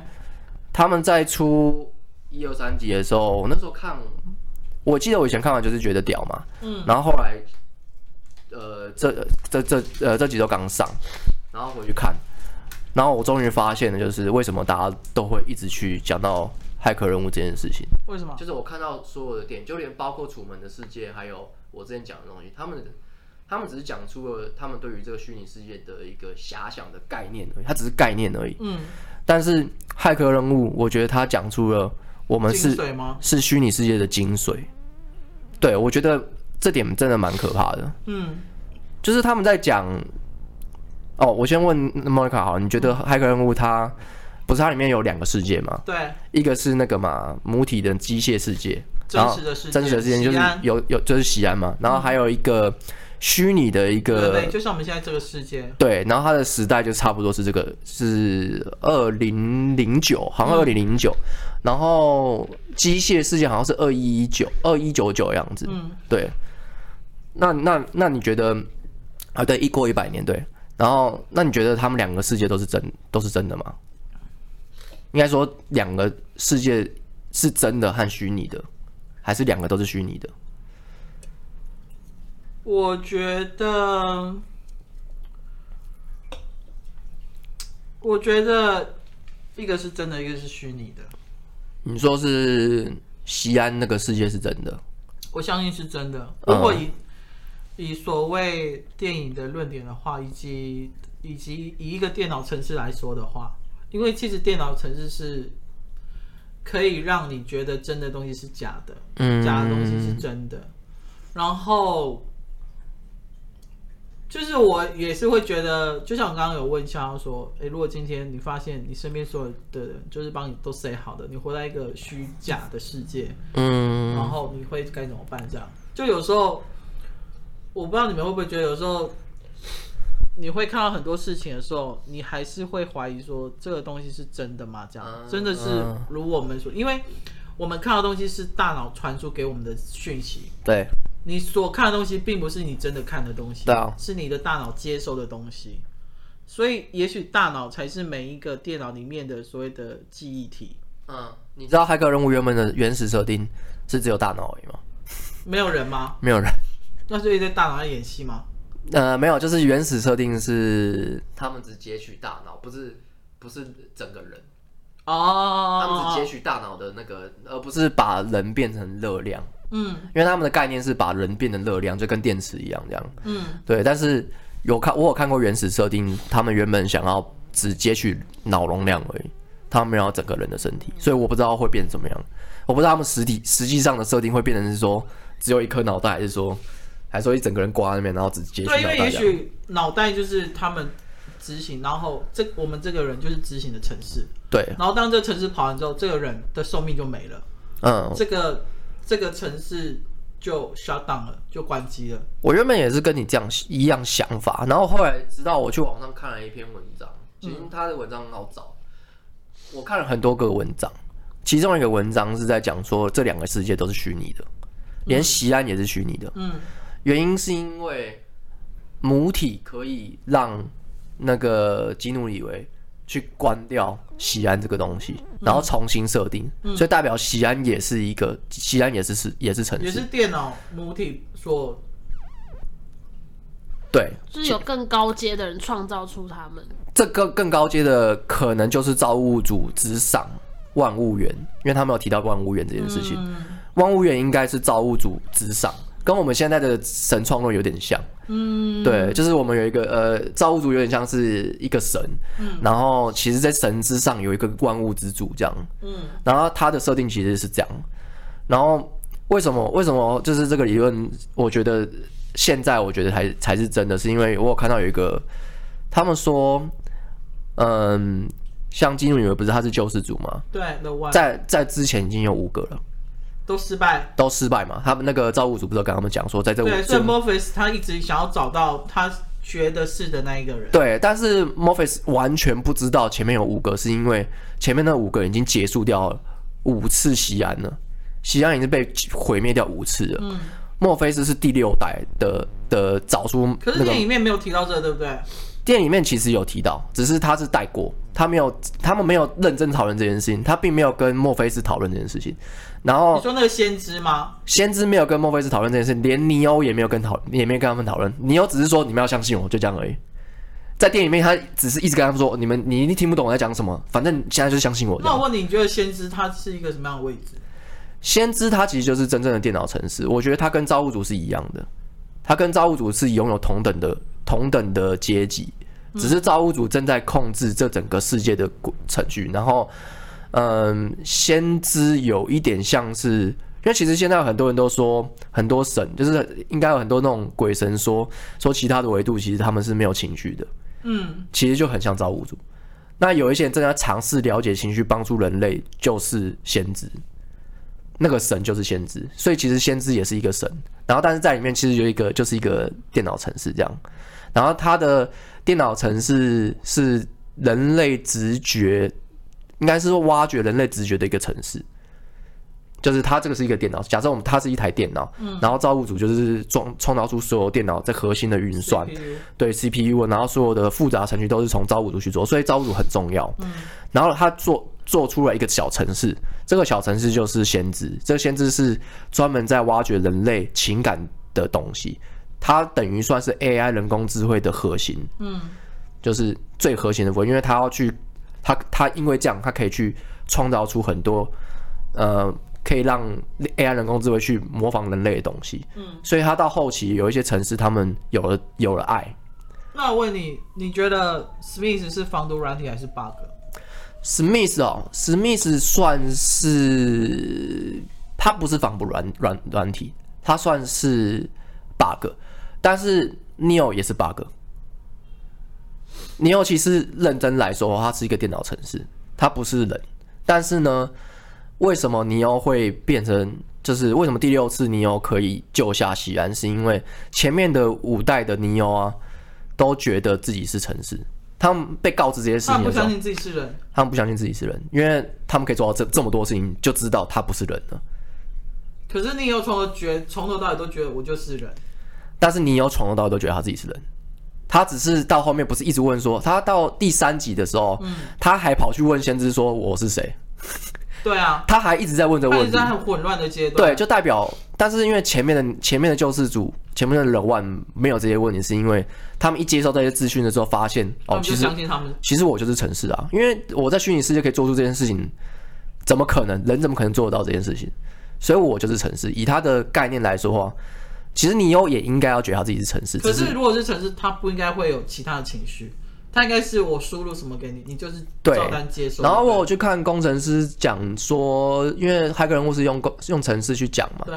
B: 他们在出一二三集的时候，我那时候看，我记得我以前看完就是觉得屌嘛，嗯，然后后来，呃，这这这呃这集都刚上，然后回去看，然后我终于发现了，就是为什么大家都会一直去讲到骇客人物这件事情，
C: 为什么？
B: 就是我看到所有的点，就连包括《楚门的世界》，还有我之前讲的东西，他们他们只是讲出了他们对于这个虚拟世界的一个遐想的概念而已，它只是概念而已，
C: 嗯，
B: 但是《骇客任务》，我觉得他讲出了我们
C: 精
B: 是
C: 髓吗？
B: 是虚拟世界的精髓。对，我觉得这点真的蛮可怕的。
C: 嗯，
B: 就是他们在讲，哦，我先问 Monica 好了，你觉得《骇客任务》它不是它里面有两个世界吗？
C: 对，
B: 一个是那个嘛母体的机械世界，
C: 真
B: 然后
C: 实的世界
B: 真实的世界就是
C: 西安
B: 有有就是西安嘛，然后还有一个虚拟的一
C: 对
B: 个
C: 对，就像我们现在这个世界，
B: 对，然后它的时代就差不多是这个，是二零零九，好像二零零九，
C: 嗯
B: 然后机械世界好像是二一一九、二一九九样子。
C: 嗯，
B: 对。那那那你觉得啊？对，一过一百年，对。然后那你觉得他们两个世界都是真都是真的吗？应该说两个世界是真的和虚拟的，还是两个都是虚拟的？
C: 我觉得，我觉得一个是真的，一个是虚拟的，
B: 你说是西安那个世界是真的，
C: 我相信是真的。
B: 嗯
C: 如果以、以所谓电影的论点的话，以及以及以一个电脑城市来说的话，因为其实电脑城市是可以让你觉得真的东西是假的，
B: 嗯
C: 假的东西是真的，然后。就是我也是会觉得，就像我刚刚有问肖央说，诶，如果今天你发现你身边所有的人就是帮你都 say 好的，你活在一个虚假的世界，
B: 嗯，
C: 然后你会该怎么办？这样，就有时候我不知道你们会不会觉得，有时候你会看到很多事情的时候，你还是会怀疑说这个东西是真的吗？这样
B: 嗯
C: 真的是
B: 嗯
C: 如我们所，因为我们看到的东西是大脑传输给我们的讯息，
B: 对，
C: 你所看的东西并不是你真的看的东西，
B: 对啊
C: 是你的大脑接收的东西。所以，也许大脑才是每一个电脑里面的所谓的记忆体，
B: 嗯，你知道骇客任务原本的原始设定是只有大脑而已吗？
C: 没有人吗？
B: 没有人，
C: 那所以在大脑在演戏吗？
B: 呃，没有，就是原始设定是他们只截取大脑，不是不是整个人，
C: 哦，
B: 他们只截取大脑的那个，而不是把人变成热量。
C: 嗯
B: 因为他们的概念是把人变成热量，就跟电池一样这样。
C: 嗯，
B: 对，但是有看我有看过原始设定，他们原本想要只截取脑容量而已，他们没有要整个人的身
C: 嗯
B: 体，所以我不知道会变成怎么样。我不知道他们实体实际上的设定会变成是说只有一颗脑袋，还是说还是说一整个人挂在那边，然后只截取脑
C: 对，因为
B: 袋
C: 也
B: 这样。
C: 许脑袋就是他们执行，然后这我们这个人就是执行的城市，
B: 对，
C: 然后当这个城市跑完之后，这个人的寿命就没了，
B: 嗯，
C: 这个这个城市就 shut down 了，就关机了。
B: 我原本也是跟你这样一样想法，然后后来直到我去网上看了一篇文章，其实他的文章很好找，我看了很多个文章，其中一个文章是在讲说这两个世界都是虚拟的，连席安也是虚拟的，
C: 嗯
B: 原因是因为母体可以让那个基努里维去关掉席安这个东西，
C: 嗯
B: 然后重新设定，所以代表席安也是一个席安也是是也是城
C: 也
B: 市
C: 是，电脑母体所
B: 对，
A: 就是有更高阶的人创造出他们。
B: 这个更高阶的可能就是造物主之赏万物园，因为他们有提到万物园这件事情。
C: 嗯
B: 万物园应该是造物主之上，跟我们现在的神创论有点像。
C: 嗯，
B: 对，就是我们有一个呃，造物主有点像是一个神，
C: 嗯
B: 然后其实，在神之上有一个万物之主这样。
C: 嗯
B: 然后它的设定其实是这样。然后为什么为什么就是这个理论？我觉得现在我觉得才才是真的，是因为我有看到有一个他们说，嗯，像金女儿不是他是救世主吗？
C: 对，The One
B: 在在之前已经有五个了，
C: 都失败。
B: 都失败嘛。他们那个造物主不是有跟他们讲说，在这五
C: 对，所以
B: 这
C: Morpheus 他一直想要找到他觉得是的那一个人。
B: 对，但是 Morpheus 完全不知道前面有五个，是因为前面那五个已经结束掉了五次西安了，西安已经被毁灭掉五次了。
C: 嗯，
B: 墨菲斯是第六代的的找出
C: 可
B: 那
C: 是
B: 个
C: 电影里面没有提到这，对不对？
B: 电影里面其实有提到，只是他是带过，他没有他们没有认真讨论这件事情，他并没有跟墨菲斯讨论这件事情，然
C: 你
B: 后
C: 说那个先知吗？
B: 先知没有跟墨菲斯讨论这件事，连尼欧也没有跟讨也没有跟他们讨论，尼欧只是说你们要相信我，就这样而已。在电影里面，他只是一直跟他们说：“你们，你一定听不懂我在讲什么，反正你现在就相信我。”这
C: 那
B: 样。
C: 我问你，你觉得先知他是一个什么样的位置？
B: 先知它其实就是真正的电脑城市，我觉得它跟造物主是一样的，它跟造物主是拥有同等的同等的阶级，只是造物主正在控制这整个世界的过程序。然后，嗯，先知有一点像是，因为其实现在很多人都说，很多神就是应该有很多那种鬼神说说其他的维度，其实他们是没有情绪的，
C: 嗯
B: 其实就很像造物主。那有一些人正在尝试了解情绪，帮助人类，就是先知。那个神就是先知，所以其实先知也是一个神。然后，但是在里面其实有一个就是一个电脑城市这样。然后它的电脑城市是人类直觉，应该是说挖掘人类直觉的一个城市。就是它这个是一个电脑，假设我们它是一台电脑，然后造物主就是创创造出所有电脑在核心的运算，
C: CPU
B: 对 CPU，然后所有的复杂程序都是从造物主去做，所以造物主很重要。
C: 嗯
B: 然后他做做出了一个小城市，这个小城市就是先知，这个先知是专门在挖掘人类情感的东西，它等于算是 AI 人工智慧的核心，
C: 嗯
B: 就是最核心的部分，因为他要去，他他因为这样，他可以去创造出很多呃可以让 AI 人工智慧去模仿人类的东西。
C: 嗯。
B: 所以他到后期有一些城市，他们有了有了爱。
C: 那我问你，你觉得 Smith 是防毒软体还是 bug？
B: Smith 哦，Smith 算是它不是防不软软软体，它算是 bug，但是 Neo 也是 bug。Neo 其实认真来说，它是一个电脑程式，它不是人。但是呢，为什么 Neo 会变成？就是为什么第六次 Neo 可以救下西安，是因为前面的五代的 Neo 啊，都觉得自己是城市，他们被告知这些事
C: 他
B: 情
C: 不
B: 的时候
C: 相，信自己是人，
B: 他们不相信自己是人，因为他们可以做到这这么多事情，就知道他不是人了。
C: 可是你有从头觉，从头到尾都觉得我就是人。
B: 但是你有从头到尾都觉得他自己是人，他只是到后面不是一直问说，他到第三集的时候，他还跑去问先知说我是谁，
C: 对啊，
B: 他还一直在问这个
C: 他一
B: 问
C: 直
B: 题
C: 在。很混乱的阶段。
B: 对，就代表，但是因为前面的前面的救世主，前面的人万没有这些问题，是因为他们一接受这些资讯的时候，发现
C: 他
B: 哦，
C: 们就
B: 其实
C: 相信他们。
B: 其实我就是城市啊，因为我在虚拟世界可以做出这件事情，怎么可能？人怎么可能做得到这件事情？所以我就是城市。以它的概念来说的话，其实你有也应该要觉得他自己是城市，
C: 可
B: 只
C: 是如果是城市，他不应该会有其他的情绪，他应该是我输入什么给你，你就是
B: 对
C: 照单接收。
B: 然后我有
C: 对
B: 去看工程师讲说，因为骇客人物是用工用程式去讲嘛，
C: 对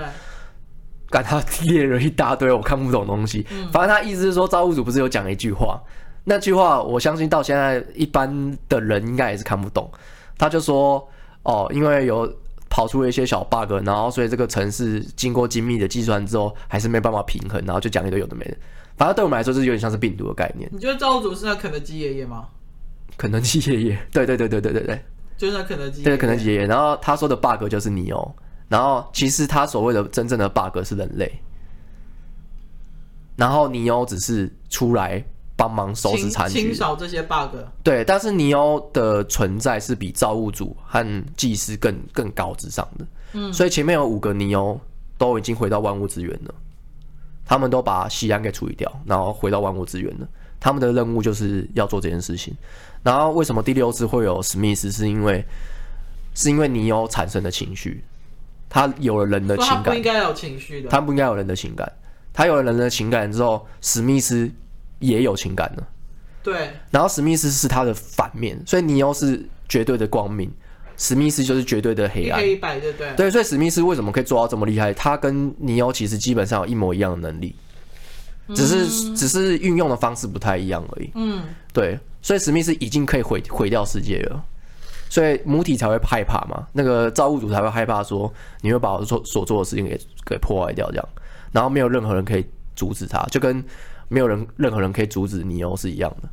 B: 干他列了一大堆我看不懂的东西。反正他意思是说，造物主不是有讲一句话，那句话我相信到现在一般的人应该也是看不懂。他就说，哦，因为有跑出了一些小 bug，然后所以这个城市经过精密的计算之后，还是没办法平衡，然后就讲一堆有的没的。反正对我们来说，就是有点像是病毒的概念。
C: 你觉得造物主是那肯德基爷爷吗？
B: 肯德基爷爷，对对对对对对对。
C: 就是那肯德基爷爷，
B: 对，肯德基爷爷。然后他说的 bug 就是你哦，然后其实他所谓的真正的 bug 是人类，然后尼欧只是出来帮忙收拾
C: 清
B: 残局
C: 清。扫这些 bug。
B: 对，但是尼欧的存在是比造物主和祭司更更高之上的。嗯，所以前面有五个尼欧都已经回到万物之源了，他们都把西安给处理掉，然后回到万物之源了。他们的任务就是要做这件事情。然后为什么第六次会有史密斯？是因为是因为尼欧产生的情绪，他有了人的
C: 说
B: 情
C: 他
B: 感，
C: 不应该有情绪的，
B: 他不应该有人的情感。他有了人的情感之后，史密斯也有情感了。
C: 对，
B: 然后史密斯是他的反面，所以尼欧是绝对的光明，史密斯就是绝对的黑
C: 一
B: 暗
C: 黑。一白，对不对？
B: 对，所以史密斯为什么可以做到这么厉害？他跟尼欧其实基本上有一模一样的能力，只是只是运用的方式不太一样而已。
C: 嗯，
B: 对，所以史密斯已经可以毁毁掉世界了，所以母体才会害怕嘛，那个造物主才会害怕说你会把我做所做的事情给给破坏掉这样，然后没有任何人可以阻止他，就跟没有人任何人可以阻止尼欧是一样的。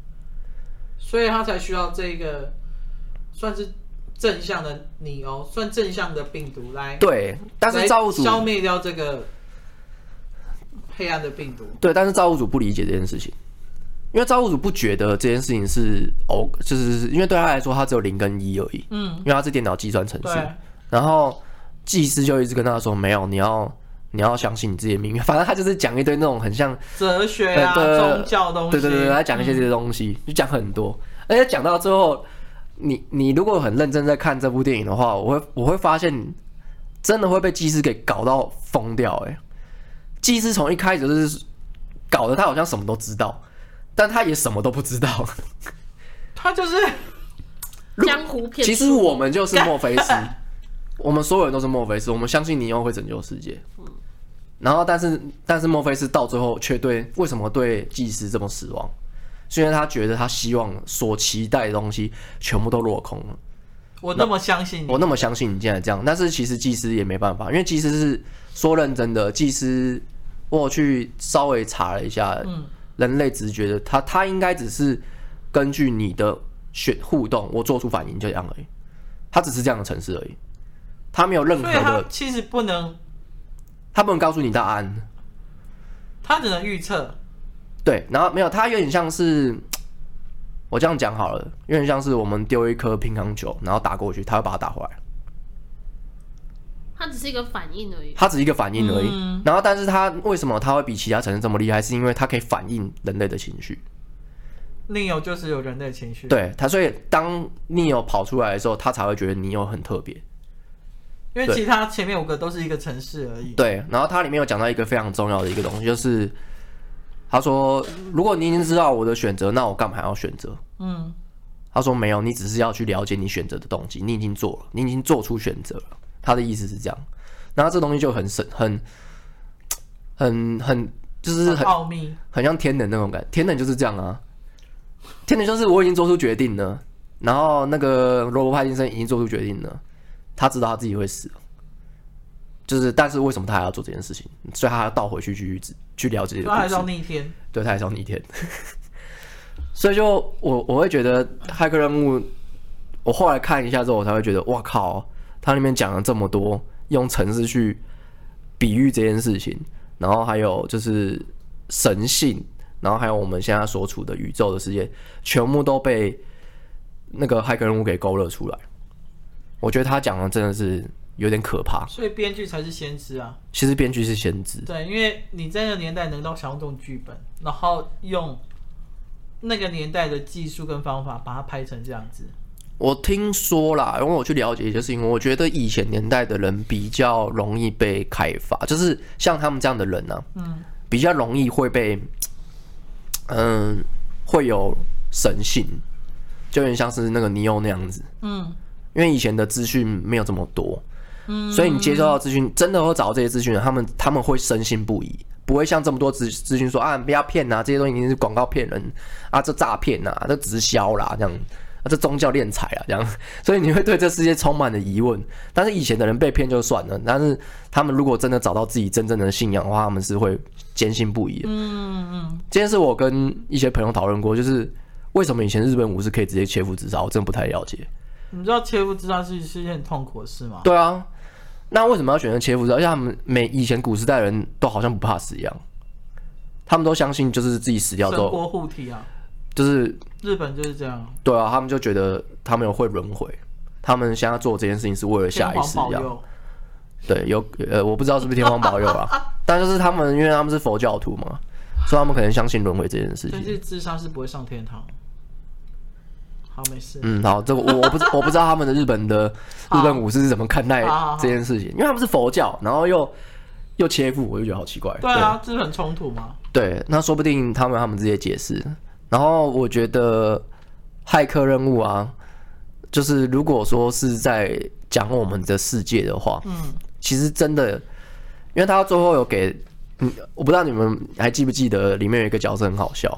C: 所以他才需要这个算是正向的你哦，算正向的病毒来，
B: 对，但是
C: 来
B: 造物主
C: 消灭掉这个黑暗的病毒。
B: 对，但是造物主不理解这件事情，因为造物主不觉得这件事情是哦，就是因为对他来说，他只有零跟一而已，
C: 嗯，
B: 因为他是电脑计算程
C: 对
B: 式。然后祭司就一直跟他说，没有，你要你要相信你自己的命运。反正他就是讲一堆那种很像，
C: 哲学啊、
B: 对对
C: 宗教东西，
B: 对对对，对他讲一些这些东西，就讲很多，而且讲到最后，你你如果很认真在看这部电影的话，我会我会发现真的会被祭司给搞到疯掉、欸。哎，祭司从一开始就是搞得他好像什么都知道，但他也什么都不知道。
C: 他就是
A: 江湖骗术
B: 其实我们就是墨菲斯，我们所有人都是墨菲斯，我们相信尼欧会拯救世界。然后，但是但是墨菲斯到最后却对为什么对祭司这么失望？虽然他觉得他希望所期待的东西全部都落空了。
C: 我那么相信你
B: 我，那么相信你现在这样，但是其实技师也没办法，因为技师是说认真的，技师我有去稍微查了一下，
C: 嗯
B: 人类直觉的，他他应该只是根据你的选互动，我做出反应就这样而已，他只是这样的城市而已，他没有任何
C: 所以他
B: 的，
C: 其实不能，
B: 他不能告诉你答案，
C: 他只能预测。
B: 对，然后没有，它有点像是，我这样讲好了，有点像是我们丢一颗乒乓球，然后打过去，他会把它打回来。
A: 它只是一个反应而已。
B: 它只是一个反应而已。
C: 嗯
B: 然后，但是它为什么它会比其他城市这么厉害？是因为它可以反映人类的情绪。
C: 另有就是有人类情绪，，
B: 对它，所以当 Neo 跑出来的时候，他才会觉得 Neo 很特别。
C: 因为
B: 对
C: 其他前面五个都是一个城市而已。
B: 对，然后它里面有讲到一个非常重要的一个东西，就是他说，如果你已经知道我的选择，那我干嘛还要选择？
C: 嗯，
B: 他说没有，你只是要去了解你选择的动机，你已经做了，你已经做出选择了。他的意思是这样，然后这东西就很神，很很很就是很
C: 奥秘，
B: 很像天能那种感天能就是这样啊，天能就是我已经做出决定了，然后那个罗伯·派金森已经做出决定了，他知道他自己会死，就是但是为什么他还要做这件事情？所以他还要倒回去去去去了解这
C: 所
B: 个
C: 以他还
B: 故事
C: 是要，逆天。
B: 对，他还是要逆天。 所以就我我会觉得《骇客任务》，我后来看一下之后，我才会觉得，哇靠，它里面讲了这么多，用城市去比喻这件事情，然后还有就是神性，然后还有我们现在所处的宇宙的世界，全部都被那个骇客任务给勾勒出来。我觉得他讲的真的是有点可怕。
C: 所以编剧才是先知啊，
B: 其实编剧是先知，
C: 对，因为你在那个年代能够想用这种剧本，然后用那个年代的技术跟方法把它拍成这样子，
B: 我听说啦，因为我去了解一些事情，我觉得以前年代的人比较容易被开发，就是像他们这样的人呢、啊
C: 嗯
B: 比较容易会被，嗯，会有神性，就有点像是那个尼欧那样子，
C: 嗯
B: 因为以前的资讯没有这么多，
C: 嗯
B: 所以你接收到资讯，真的会找到这些资讯的，他们他们会深信不疑，不会像这么多资资讯说啊，不要骗啊，这些东西已经是广告骗人啊，这诈骗啊，这直销啦，这样。啊、这宗教敛财啊，这样， 所以你会对这世界充满了疑问。但是以前的人被骗就算了，但是他们如果真的找到自己真正的信仰的话，他们是会坚信不疑的。
C: 嗯嗯，
B: 这件事我跟一些朋友讨论过，就是为什么以前日本武士可以直接切腹自杀，我真的不太了解。
C: 你知道切腹自杀是是一件很痛苦的事吗？
B: 对啊，那为什么要选择切腹自杀？而且他们每以前古时代人都好像不怕死一样，他们都相信就是自己死掉之
C: 神
B: 后，
C: 国护体啊，
B: 就是
C: 日本就是这样，
B: 对啊，他们就觉得他们有会轮回，他们现在做这件事情是为了
C: 天
B: 下一
C: 皇
B: 世
C: 保
B: 一样。
C: 佑。
B: 对，有呃，我不知道是不是天皇保佑 啊，但就是他们因为他们是佛教徒嘛，所以他们可能相信轮回这件事
C: 但
B: 情。
C: 是自杀是不会上天堂。好，没事。
B: 嗯，好，这个我我不知我不知道他们的日本 的日本武士是怎么看待
C: 好好好
B: 这件事情，因为他们是佛教，然后又又切腹，我就觉得好奇怪。
C: 对啊，这是很冲突嘛。
B: 对，那说不定他们有他们自己的解释。然后我觉得骇客任务啊，就是如果说是在讲我们的世界的话，
C: 嗯，
B: 其实真的，因为他最后有给，嗯，我不知道你们还记不记得里面有一个角色很好笑，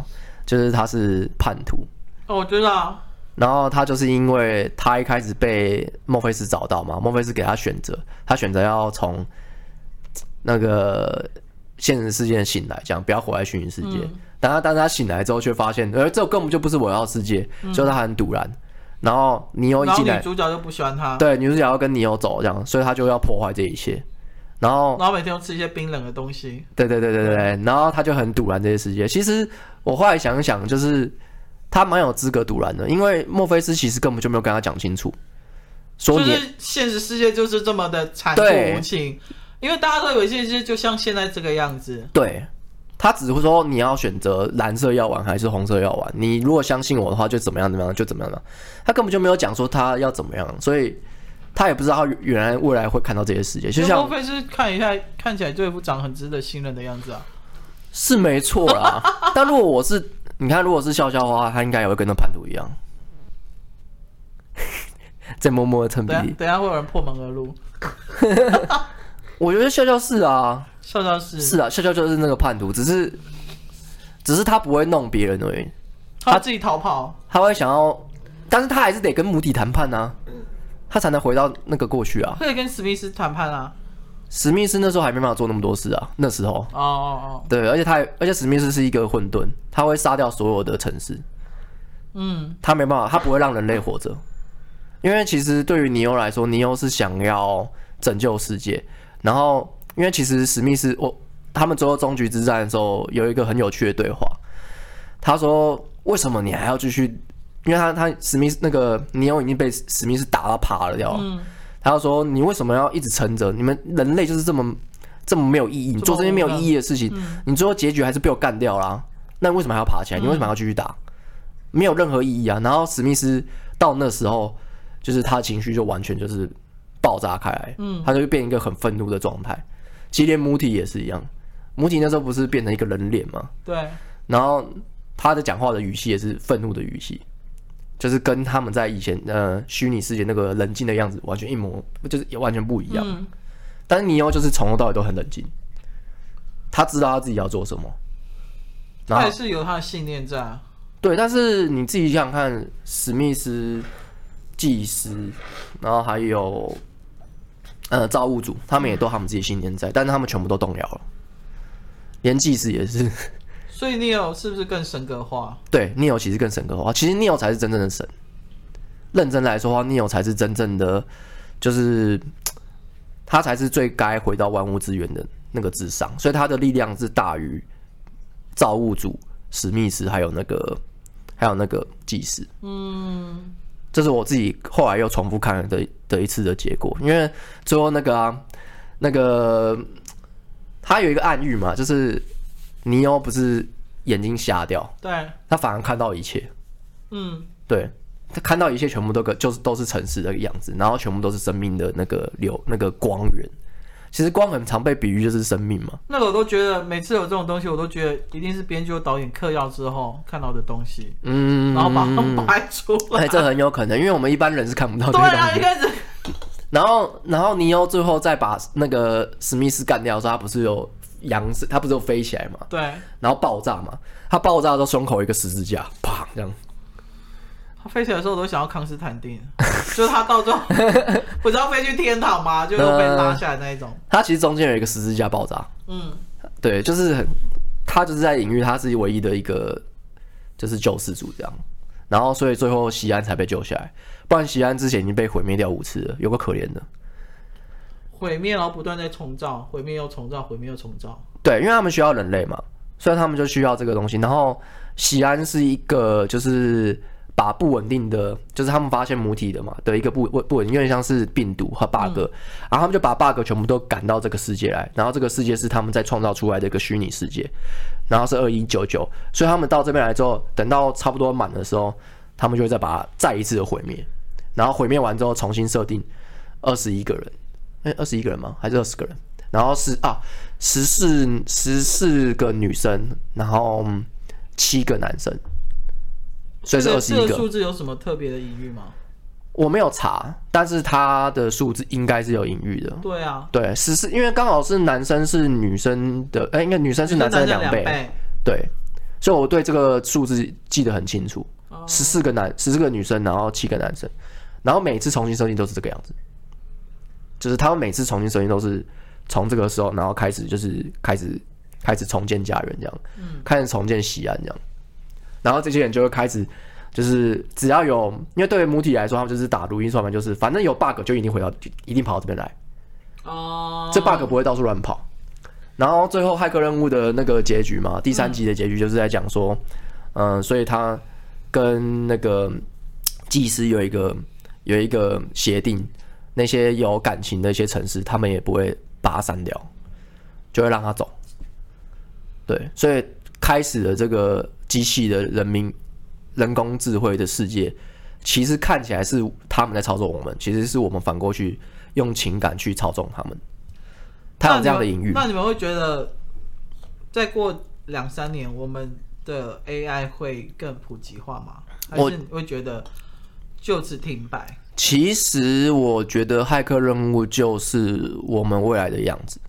B: 就是他是叛徒，
C: 哦，我知道，
B: 然后他就是因为他一开始被墨菲斯找到嘛，墨菲斯给他选择，他选择要从那个现实世界醒来，这样不要活在虚拟世界。
C: 嗯
B: 但他但是他醒来之后，却发现，呃，这根本就不是我要的世界，所以他很堵然。然后尼欧一
C: 嗯然后
B: 进
C: 女
B: 来，
C: 主角就不喜欢他，
B: 对女主角要跟尼欧走，这样，所以他就要破坏这一切。然后
C: 然后每天都吃一些冰冷的东西。
B: 对对对对对，对然后他就很堵拦这些世界。其实我后来想一想，就是他蛮有资格堵拦的，因为墨菲斯其实根本就没有跟他讲清楚，说
C: 就
B: 你、
C: 是现实世界就是这么的残酷
B: 对
C: 无情，因为大家都以为现实世界就像现在这个样子。
B: 对，他只会说你要选择蓝色药丸还是红色药丸，你如果相信我的话，就怎么样怎么样就怎么样了。他根本就没有讲说他要怎么样，所以他也不知道他原来未来会看到这些世界，就
C: 莫
B: 像
C: 非是看一下，看起来就一副长很值得信任的样子啊。
B: 是没错啦。但如果我是你看，如果是笑笑的话，他应该也会跟那叛徒一样。在默默的蹭鼻
C: 等下
B: 涕，
C: 等下会有人破门而入，
B: 我觉得笑笑是啊，
C: 笑笑是
B: 是啊，笑笑就是那个叛徒，只是只是他不会弄别人而已，
C: 他自己逃跑，
B: 他会想要，但是他还是得跟母体谈判啊，他才能回到那个过去啊。
C: 可以跟史密斯谈判啊。
B: 史密斯那时候还没办法做那么多事啊，那时候
C: 哦哦哦，
B: 对，而且他也而且史密斯是一个混沌，他会杀掉所有的城市，
C: 嗯，
B: 他没办法，他不会让人类活着，因为其实对于尼欧来说，尼欧是想要拯救世界，然后因为其实史密斯，我他们最后终局之战的时候有一个很有趣的对话，他说为什么你还要继续？因为他他史密斯那个尼欧已经被史密斯打到趴了掉了，他就说你为什么要一直撑着？你们人类就是这么这么没有意义，你做这些没有意义的事情，你最后结局还是被我干掉啦。那你为什么还要爬起来？你为什么还要继续打？没有任何意义啊。然后史密斯到那时候，就是他的情绪就完全就是爆炸开来，嗯，他就变一个很愤怒的状态。其实连母体也是一样，母体那时候不是变成一个人脸吗？
C: 对，
B: 然后他的讲话的语气也是愤怒的语气，就是跟他们在以前呃虚拟世界那个冷静的样子完全一模，就是也完全不一样。
C: 嗯
B: 但是尼欧就是从头到尾都很冷静，他知道他自己要做什么。然
C: 他
B: 后
C: 也是有他的信念在啊。
B: 对，但是你自己想想看，史密斯、祭司，然后还有呃造物主，他们也都他们自己信念在，但是他们全部都动摇了，连祭司也是。
C: 所以 Neo 是不是更神格化？
B: 对，Neo 其实更神格化，其实 Neo 才是真正的神。认真来说的话，Neo 才是真正的，就是他才是最该回到万物之源的那个智商，所以他的力量是大于造物主史密斯，还有那个还有那个祭司。
C: 嗯，
B: 这是我自己后来又重复看了的的一次的结果，因为最后那个啊，那个他有一个暗喻嘛，就是尼欧不是眼睛瞎掉，
C: 对，
B: 他反而看到一切，
C: 嗯，
B: 对，他看到一切全部都个就是都是城市的样子，然后全部都是生命的那个流那个光源。其实光很常被比喻就是生命嘛，
C: 那个我都觉得每次有这种东西，我都觉得一定是编剧或导演嗑药之后看到的东西，
B: 嗯，
C: 然后把它拍出来。
B: 哎，这很有可能，因为我们一般人是看不到这
C: 对
B: 个东
C: 啊，一
B: 西。
C: 开始
B: 然后，然后尼欧最后再把那个史密斯干掉的时候，他不是有扬升，他不是有飞起来嘛，
C: 对，
B: 然后爆炸嘛，他爆炸的时候胸口有一个十字架，砰这样。
C: 他飞起来的时候，我都想要康斯坦丁， 就是他到最后 不是要飞去天堂吗？就是被拉下来那一种。
B: 他其实中间有一个十字架爆炸，
C: 嗯，
B: 对，就是很，他就是在隐喻他是唯一的一个就是救世主这样。然后，所以最后西安才被救下来，不然西安之前已经被毁灭掉五次了，有个可怜的。
C: 毁灭，然后不断在重造，毁灭又重造，毁灭又重造。
B: 对，因为他们需要人类嘛，所以他们就需要这个东西。然后喜安是一个就是把不稳定的，就是他们发现母体的嘛的一个不不不稳定，有点像是病毒和 bug，、然后他们就把 bug 全部都赶到这个世界来，然后这个世界是他们在创造出来的一个虚拟世界，然后是二一九九，所以他们到这边来之后，等到差不多满的时候，他们就会再把它再一次的毁灭，然后毁灭完之后重新设定二十一个人，哎，二十一个人吗？还是二十个人？然后是啊，十四十四个女生，然后嗯七个男生，所以是
C: 这
B: 二
C: 个
B: 十
C: 这
B: 一
C: 个
B: 个。
C: 数字有什么特别的隐喻吗？
B: 我没有查，但是它的数字应该是有隐喻的。
C: 对啊，
B: 对，十四，因为刚好是男生是女生的，哎、应该女生是男生的
C: 两
B: 两倍，对，所以我对这个数字记得很清楚，
C: 哦
B: 十四个男，十四个女生，然后七个男生，然后每次重新设定都是这个样子，就是他们每次重新设定都是从这个时候，然后开始就是开始开始重建家园这样，
C: 嗯
B: 开始重建西安这样，然后这些人就会开始。就是只要有，因为对于母体来说，他们就是打如意算盘，就是反正有 bug 就一定回到，一定跑到这边来。
C: 哦，
B: 这 bug 不会到处乱跑。然后最后骇客任务的那个结局嘛，第三集的结局就是在讲说，嗯、所以他跟那个嗯祭司有一个有一个协定，那些有感情的一些城市，他们也不会把他删掉，就会让他走。对，所以开始的这个机器的人民人工智慧的世界，其实看起来是他们在操作我们，其实是我们反过去用情感去操纵他们。他有这样的隐喻
C: 那，你们那你们会觉得，再过两三年，我们的 AI 会更普及化吗？还
B: 我
C: 是你会觉得就此停摆？
B: 其实我觉得骇客任务就是我们未来的样子。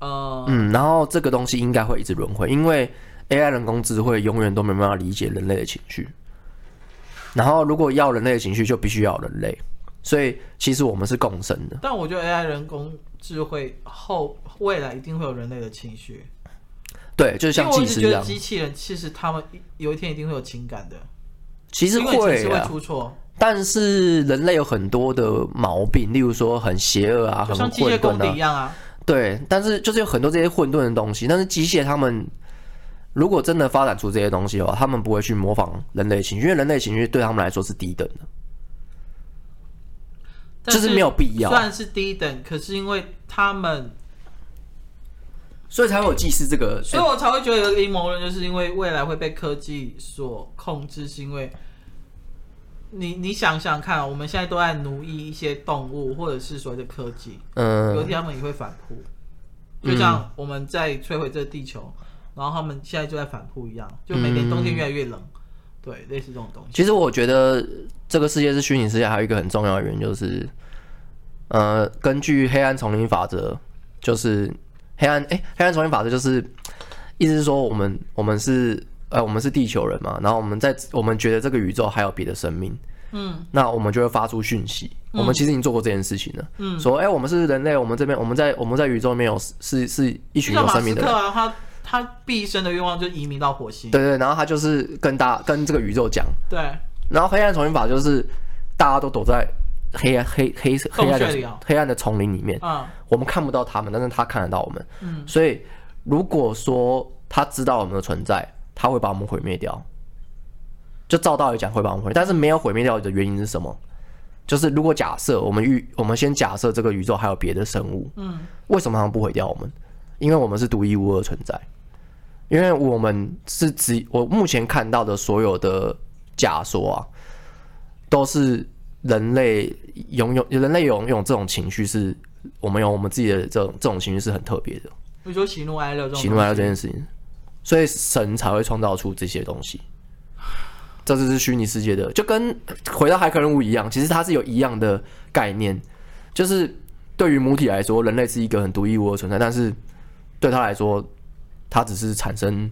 C: 呃，
B: 嗯，然后这个东西应该会一直轮回，因为 AI 人工智慧永远都没办法理解人类的情绪。然后如果要人类的情绪，就必须要有人类。所以其实我们是共生的，
C: 但我觉得 AI 人工智慧后未来一定会有人类的情绪，
B: 对，就
C: 因
B: 像
C: 为我
B: 祭
C: 一直
B: 司
C: 觉
B: 一
C: 得
B: 样，
C: 机器人其实他们有一天一定会有情感的，
B: 其实
C: 因为
B: 会
C: 情绪会
B: 啊，
C: 出错，
B: 但是人类有很多的毛病，例如说很邪恶啊，
C: 就
B: 很
C: 像机
B: 混
C: 械公
B: 沌
C: 敌一
B: 啊，
C: 样啊。
B: 对。但是就是有很多这些混沌的东西，但是机械他们如果真的发展出这些东西的话，他们不会去模仿人类情绪，因为人类情绪对他们来说是低等的。
C: 但
B: 就是没有必要哎
C: 虽然是低等，可是因为他们
B: 所以才会有祭司这个。
C: 所以我才会觉得有一个阴谋论，就是因为未来会被科技所控制，是因为你你想想看啊，我们现在都在奴役一些动物，或者是所谓的科技，有一
B: 嗯，
C: 天他们也会反扑，就像我们在摧毁这个地球，然后他们现在就在反扑一样，就每年冬天越来越冷，
B: 嗯
C: 对，类似这种东西。
B: 其实我觉得这个世界是虚拟世界，还有一个很重要的原因就是，呃，根据黑暗丛林法则，就是黑暗哎、黑暗丛林法则就是意思是说我们我们是呃我们是地球人嘛，然后我们在我们觉得这个宇宙还有别的生命，
C: 嗯，
B: 那我们就会发出讯息。我们其实已经做过这件事情了，嗯，说哎、我们是人类，我们这边我们在我们在宇宙里面有是是一
C: 就
B: 群
C: 像
B: 有
C: 马
B: 生
C: 斯
B: 命的
C: 克
B: 人，
C: 啊，他他毕生的愿望就移民到火星，
B: 对对，然后他就是跟大跟这个宇宙讲，
C: 对，
B: 然后黑暗丛林法就是大家都躲在黑暗黑黑黑暗
C: 洞穴里
B: 的
C: 哦
B: 黑暗的丛林里面，
C: 嗯，
B: 我们看不到他们，但是他看得到我们。所以如果说他知道我们的存在，他会把我们毁灭掉。就照道理讲会把我们毁，但是没有毁灭掉的原因是什么？就是如果假设我们预，我们先假设这个宇宙还有别的生物，嗯，为什么他们不毁掉我们？因为我们是独一无二的存在，因为我们是只我目前看到的所有的假说啊，都是人类拥有人类拥有这种情绪是。我们有我们自己的这种这种情绪是很特别的，
C: 比如说喜怒哀乐这种东西，
B: 喜怒哀乐这件事情，所以神才会创造出这些东西。这就是虚拟世界的，就跟回到骇客任务一样，其实它是有一样的概念，就是对于母体来说，人类是一个很独一无二的存在，但是对他来说，它只是产生，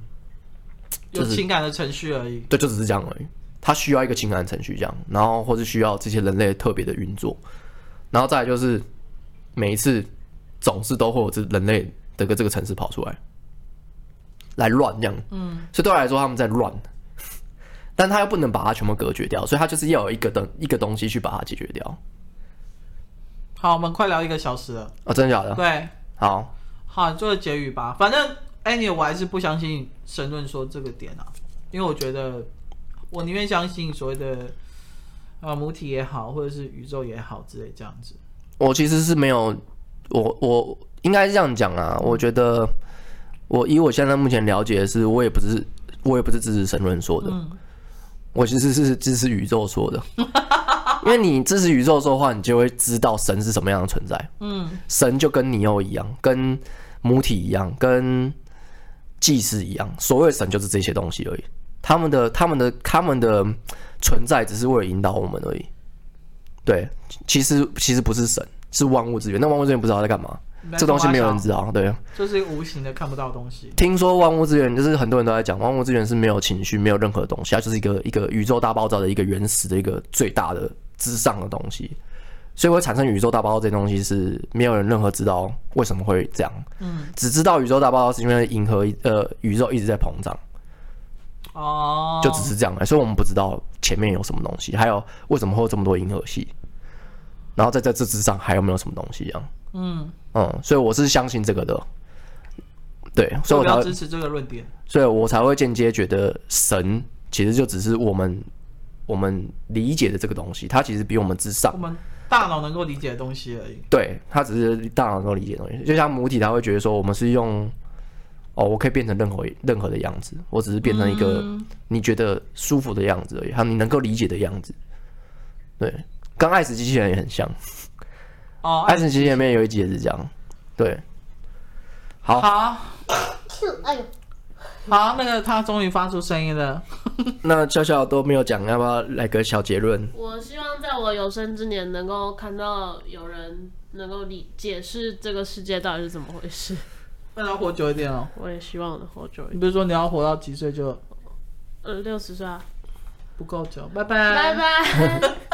C: 有
B: 就是
C: 情感的程序而已。
B: 对，就只是这样而已。它需要一个情感程序这样，然后或是需要这些人类特别的运作，然后再来就是每一次总是都会有这人类的个这个城市跑出来，来乱这样。嗯，所以对我来说他们在乱，但他又不能把它全部隔绝掉，所以他就是要有一个东一个东西去把它解决掉。
C: 好，我们快聊一个小时了，
B: 哦，真的假的？
C: 对，
B: 好，
C: 好，你做个结语吧。反正 anyway，我还是不相信神论说这个点啊，因为我觉得我宁愿相信所谓的呃母体也好，或者是宇宙也好之类这样子。
B: 我其实是没有，我我应该是这样讲啊。我觉得我以我现在目前了解的是，我也不是我也不是支持神论说的，我其实是支持宇宙说的。因为你支持宇宙说的话，你就会知道神是什么样的存在。
C: 嗯，
B: 神就跟你又一样，跟母体一样，跟祭司一样。所谓的神就是这些东西而已。他们的、他们的、他们的存在，只是为了引导我们而已。对，其实其实不是神，是万物之源。那万物之源不知道在干嘛，这东西没有人知道。对，
C: 就是一个无形的看不到的东西。
B: 听说万物之源就是很多人都在讲，万物之源是没有情绪、没有任何东西，它就是一个一个宇宙大爆炸的一个原始的一个最大的之上的东西。所以会产生宇宙大爆炸这东西是没有人任何知道为什么会这样，嗯，只知道宇宙大爆炸是因为银河呃宇宙一直在膨胀，
C: 哦，
B: 就只是这样而已所以我们不知道前面有什么东西，还有为什么会有这么多银河系，然后在在这之上还有没有什么东西一样，嗯嗯，所以我是相信这个的，对，所以
C: 我
B: 我
C: 比
B: 才
C: 较
B: 会
C: 支持这个论点。
B: 所以我才会间接觉得神其实就只是我们我们理解的这个东西，它其实比我们之上
C: 我，们大脑能够理解的东西而已。
B: 对，它只是大脑能够理解的东西。就像母体，它会觉得说我们是用哦，我可以变成任何任何的样子，我只是变成一个你觉得舒服的样子而已，还有你能够理解的样子。对，跟爱死机器人也很像，
C: 哦，
B: 爱死机器人里面有一集也是这样。对，好，
C: 好
A: 哎呦，
C: 好，那个他终于发出声音了。
B: 那笑笑都没有讲，要不要来个小结论？
A: 我希望在我有生之年能够看到有人能够理解释这个世界到底是怎么回事。
C: 那要活久一点哦。
A: 我也希望我能活久一点，
C: 你不是说你要活到几岁就
A: 呃，六十岁啊，
C: 不够久？拜拜，
A: 拜拜。